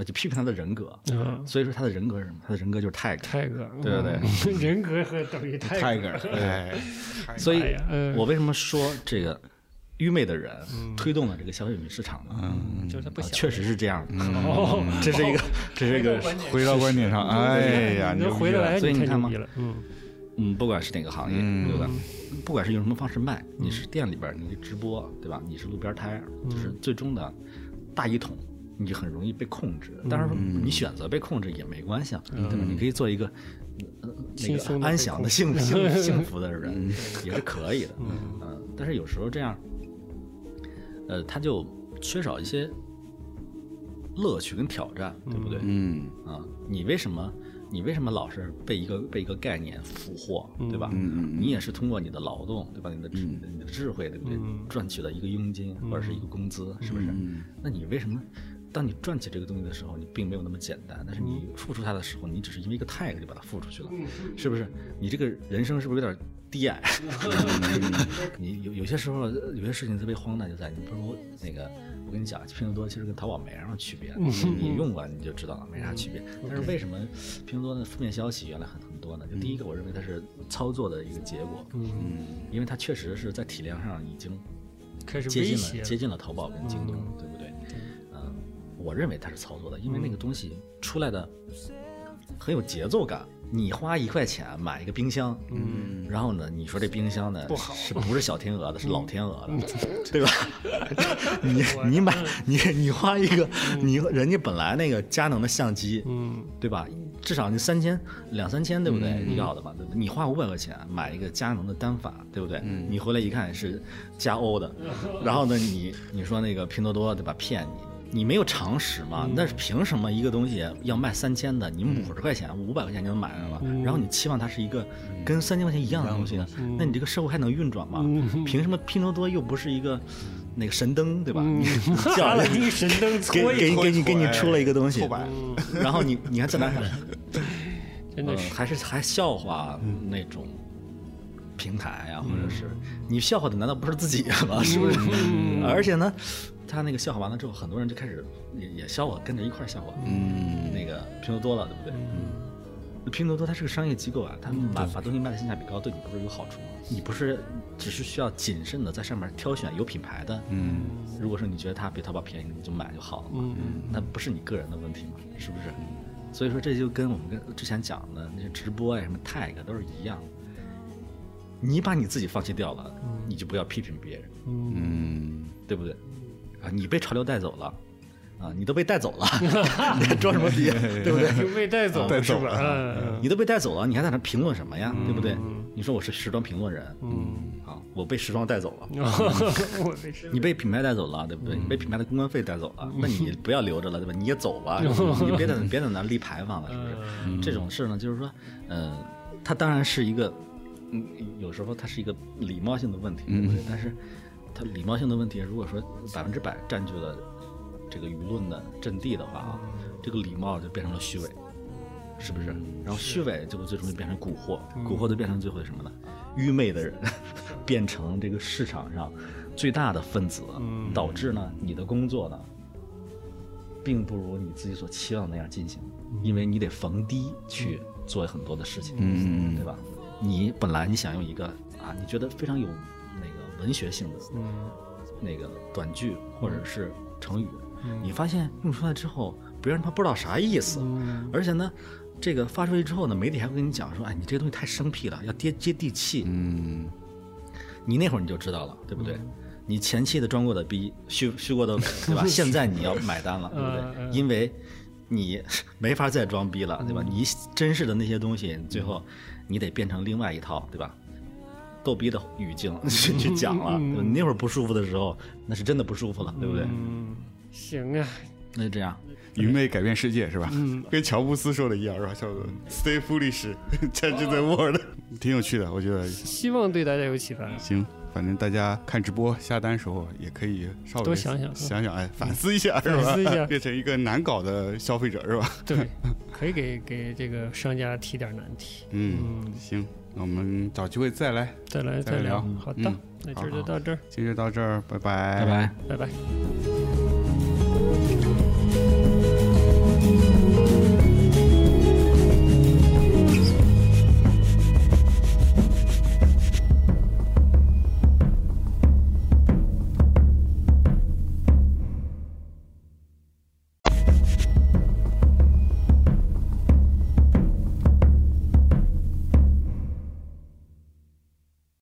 Speaker 3: 那就批评他的人格。
Speaker 2: 嗯
Speaker 3: 所以说他的人格是什么？他的人格就是 tag。
Speaker 2: ，tag，
Speaker 3: 对对对
Speaker 2: 对，人格和等于 tag，
Speaker 1: Tiger，哎，
Speaker 3: 所以
Speaker 2: 哎呀嗯
Speaker 3: 我为什么说这个愚昧的人推动了这个消费品市场呢？
Speaker 2: 就是嗯他不
Speaker 3: 啊
Speaker 2: 想，
Speaker 3: 确实是这样的，嗯
Speaker 2: 哦，
Speaker 3: 这是一个，这是一个，
Speaker 1: 回到观点上，哎呀，
Speaker 2: 你
Speaker 1: 牛
Speaker 2: 能
Speaker 1: 逼
Speaker 2: 回得
Speaker 1: 了
Speaker 2: 来，
Speaker 3: 所以
Speaker 2: 你
Speaker 3: 你
Speaker 2: 太
Speaker 3: 看
Speaker 2: 牛
Speaker 3: 嘛
Speaker 2: 逼了，嗯
Speaker 3: 嗯，不管是哪个行业，对吧？不管是用什么方式卖，你是店里边儿，你是直播，对吧？你是路边摊，
Speaker 2: 嗯
Speaker 3: 就是最终的大一统，你很容易被控制。当然，你选择被控制也没关系啊，对吧？你可以做一个。呃那
Speaker 2: 嗯轻松
Speaker 3: 个
Speaker 2: 地
Speaker 3: 安
Speaker 2: 被
Speaker 3: 详
Speaker 2: 控
Speaker 3: 的幸福幸福幸福的人 也是可以的，嗯，但是有时候这样，呃，他就缺少一些乐趣跟挑战，对不对？
Speaker 1: 嗯
Speaker 3: 啊，你为什么你为什么老是被一个被一个概念俘获，对吧？你也是通过你的劳动，对吧？你的智、你的智慧，对不对？赚取了一个佣金或者是一个工资，是不是？那你为什么当你赚起这个东西的时候，你并没有那么简单？但是你付出它的时候，你只是因为一个 tag 就把它付出去了，是不是？你这个人生是不是有点低矮？ 你有有些时候呃有些事情特别荒诞，就在你不如那个，我跟你讲，拼多多其实跟淘宝没啥区别，你用过你就知道了，没啥区别。但是为什么拼多多的负面消息原来很很多呢？就第一个，我认为它是操作的一个结果，嗯，因为它确实是在体量上已经
Speaker 2: 开始
Speaker 3: 接
Speaker 2: 威
Speaker 3: 近
Speaker 2: 胁
Speaker 3: 了接近了淘宝跟京东，对不对？嗯，我认为它是操作的，因为那个东西出来的很有节奏感。你花一块钱买一个冰箱，嗯，然后呢，你说这冰箱呢不好，嗯是不是小天鹅的，是老天鹅的，对吧？ 你你买你你花一个，你人家本来那个佳能的相机，
Speaker 2: 嗯，
Speaker 3: 对吧？至少你三千两三千，对不对？你要的嘛，对吧你花五百块钱买一个佳能的单反，对不对？你回来一看是加欧 的，然后呢，你你说那个拼多多对吧骗你。你没有常识嘛？那是凭什么一个东西要卖三千的，你五十块钱、五百块钱就能买上了？然后你期望它是一个跟三千块钱嗯一样的东西呢？嗯那你这个社会还能运转吗？凭什么拼多多又不是一个那个神灯对吧？ 你叫
Speaker 2: 阿拉
Speaker 3: 人家
Speaker 2: 丁神 灯
Speaker 3: 给
Speaker 2: 搓一
Speaker 3: 给你
Speaker 1: 搓
Speaker 3: 给你
Speaker 1: 一
Speaker 3: 给你
Speaker 1: 搓
Speaker 3: 出了一个东西嗯
Speaker 1: 搓白，
Speaker 3: 哎然后你你还再拿 下来，
Speaker 2: 真的
Speaker 3: 嗯
Speaker 2: 是
Speaker 3: 还是还笑话那种平台呀、或者是你笑话的难道不是自己啊吗？ 是不是？ 而且呢，他那个笑话完了之后，很多人就开始也也笑话，跟着一块儿笑话。嗯，那个拼多多了，对不对？嗯，拼多多它是个商业机构啊，它把把东西卖的性价比高，对你不是有好处吗？你不是只是需要谨慎的在上面挑选有品牌的，嗯，如果说你觉得它比淘宝便宜，你就买就好了嘛，嗯，那不是你个人的问题嘛，是不是？所以说这就跟我们跟之前讲的那些直播呀、什么 tag 都是一样，你把你自己放弃掉了，你就不要批评别人，
Speaker 1: 嗯，
Speaker 3: 对不对？啊，你被潮流带走了，啊，你都被带走了，你还装什么逼，对不对？
Speaker 2: 嗯就被带走
Speaker 1: 带
Speaker 2: 是
Speaker 1: 走
Speaker 2: 吧？嗯
Speaker 3: 你都被带走了，你还在那评论什么呀？对不对？你说我是时装评论人，
Speaker 2: 嗯，
Speaker 3: 啊，我被时装带走了。
Speaker 2: 我没事。
Speaker 3: 你被品牌带走了，对不对？你被品牌的公关费带走了，那你不要留着了，对吧？你也走吧，你别在那别在那立牌坊了，是不是？这种事呢，就是说，呃，它当然是一个，嗯，有时候它是一个礼貌性的问题，对不对？但是它礼貌性的问题，如果说百分之百占据了这个舆论的阵地的话啊，这个礼貌就变成了虚伪，是不是？然后虚伪就最终就变成蛊
Speaker 1: 嗯
Speaker 3: 惑，蛊惑就变成最后什么呢？愚昧的人变成这个市场上最大的分子，
Speaker 1: 嗯
Speaker 3: 导致呢你的工作呢，并不如你自己所期望那样进行，因为你得逢低去做很多的事情，
Speaker 1: 嗯嗯嗯嗯
Speaker 3: 对吧？你本来你想用一个啊，你觉得非常有那个文学性的
Speaker 2: 嗯
Speaker 3: 那个短句或
Speaker 1: 嗯
Speaker 3: 者是成语，你发现用出来之后，别人他不知道啥意思，
Speaker 2: 嗯
Speaker 3: 而且呢，这个发出去之后呢，媒体还会跟你讲说，哎，你这个东西太生僻了，要接接地气。
Speaker 1: 嗯
Speaker 3: 你那会儿你就知道了，对不对？
Speaker 2: 嗯
Speaker 3: 你前期的装过的逼，虚虚过的伪，对吧？现在你要买 单了，对不对？
Speaker 2: 嗯嗯嗯
Speaker 3: 因为你没法再装逼了，对吧？你真实的那些东西，最后你得变成另外一套，对吧？逗逼的语境
Speaker 2: 嗯
Speaker 3: 去去讲了，对吧你那会儿不舒服的时候，那是真的不舒服了，对不对？
Speaker 2: 嗯，行啊，
Speaker 3: 那就这样，
Speaker 1: 愚昧改变世界是吧？
Speaker 2: 嗯
Speaker 1: 跟乔布斯说的一样是吧？叫做 “Stay foolish, change the world”，挺
Speaker 2: 哦
Speaker 1: 有趣的，我觉得。
Speaker 2: 希望对大家有启发。
Speaker 1: 行，反正大家看直播下单时候也可以稍微
Speaker 2: 多想想
Speaker 1: 想想，哎，反思一下是吧？
Speaker 2: 反思一 下
Speaker 1: 变成一个难搞的消费者是吧？
Speaker 2: 对， 可以给给这个商家提点难题，
Speaker 1: 嗯，行，那我们找机会再来，
Speaker 2: 再来
Speaker 1: 再聊
Speaker 2: 聊。好的
Speaker 1: 嗯，
Speaker 2: 那今儿就
Speaker 1: 好好
Speaker 2: 到这儿，哎
Speaker 1: 今天就到这儿，拜拜，
Speaker 3: 拜拜。
Speaker 2: 拜拜。
Speaker 1: 拜拜。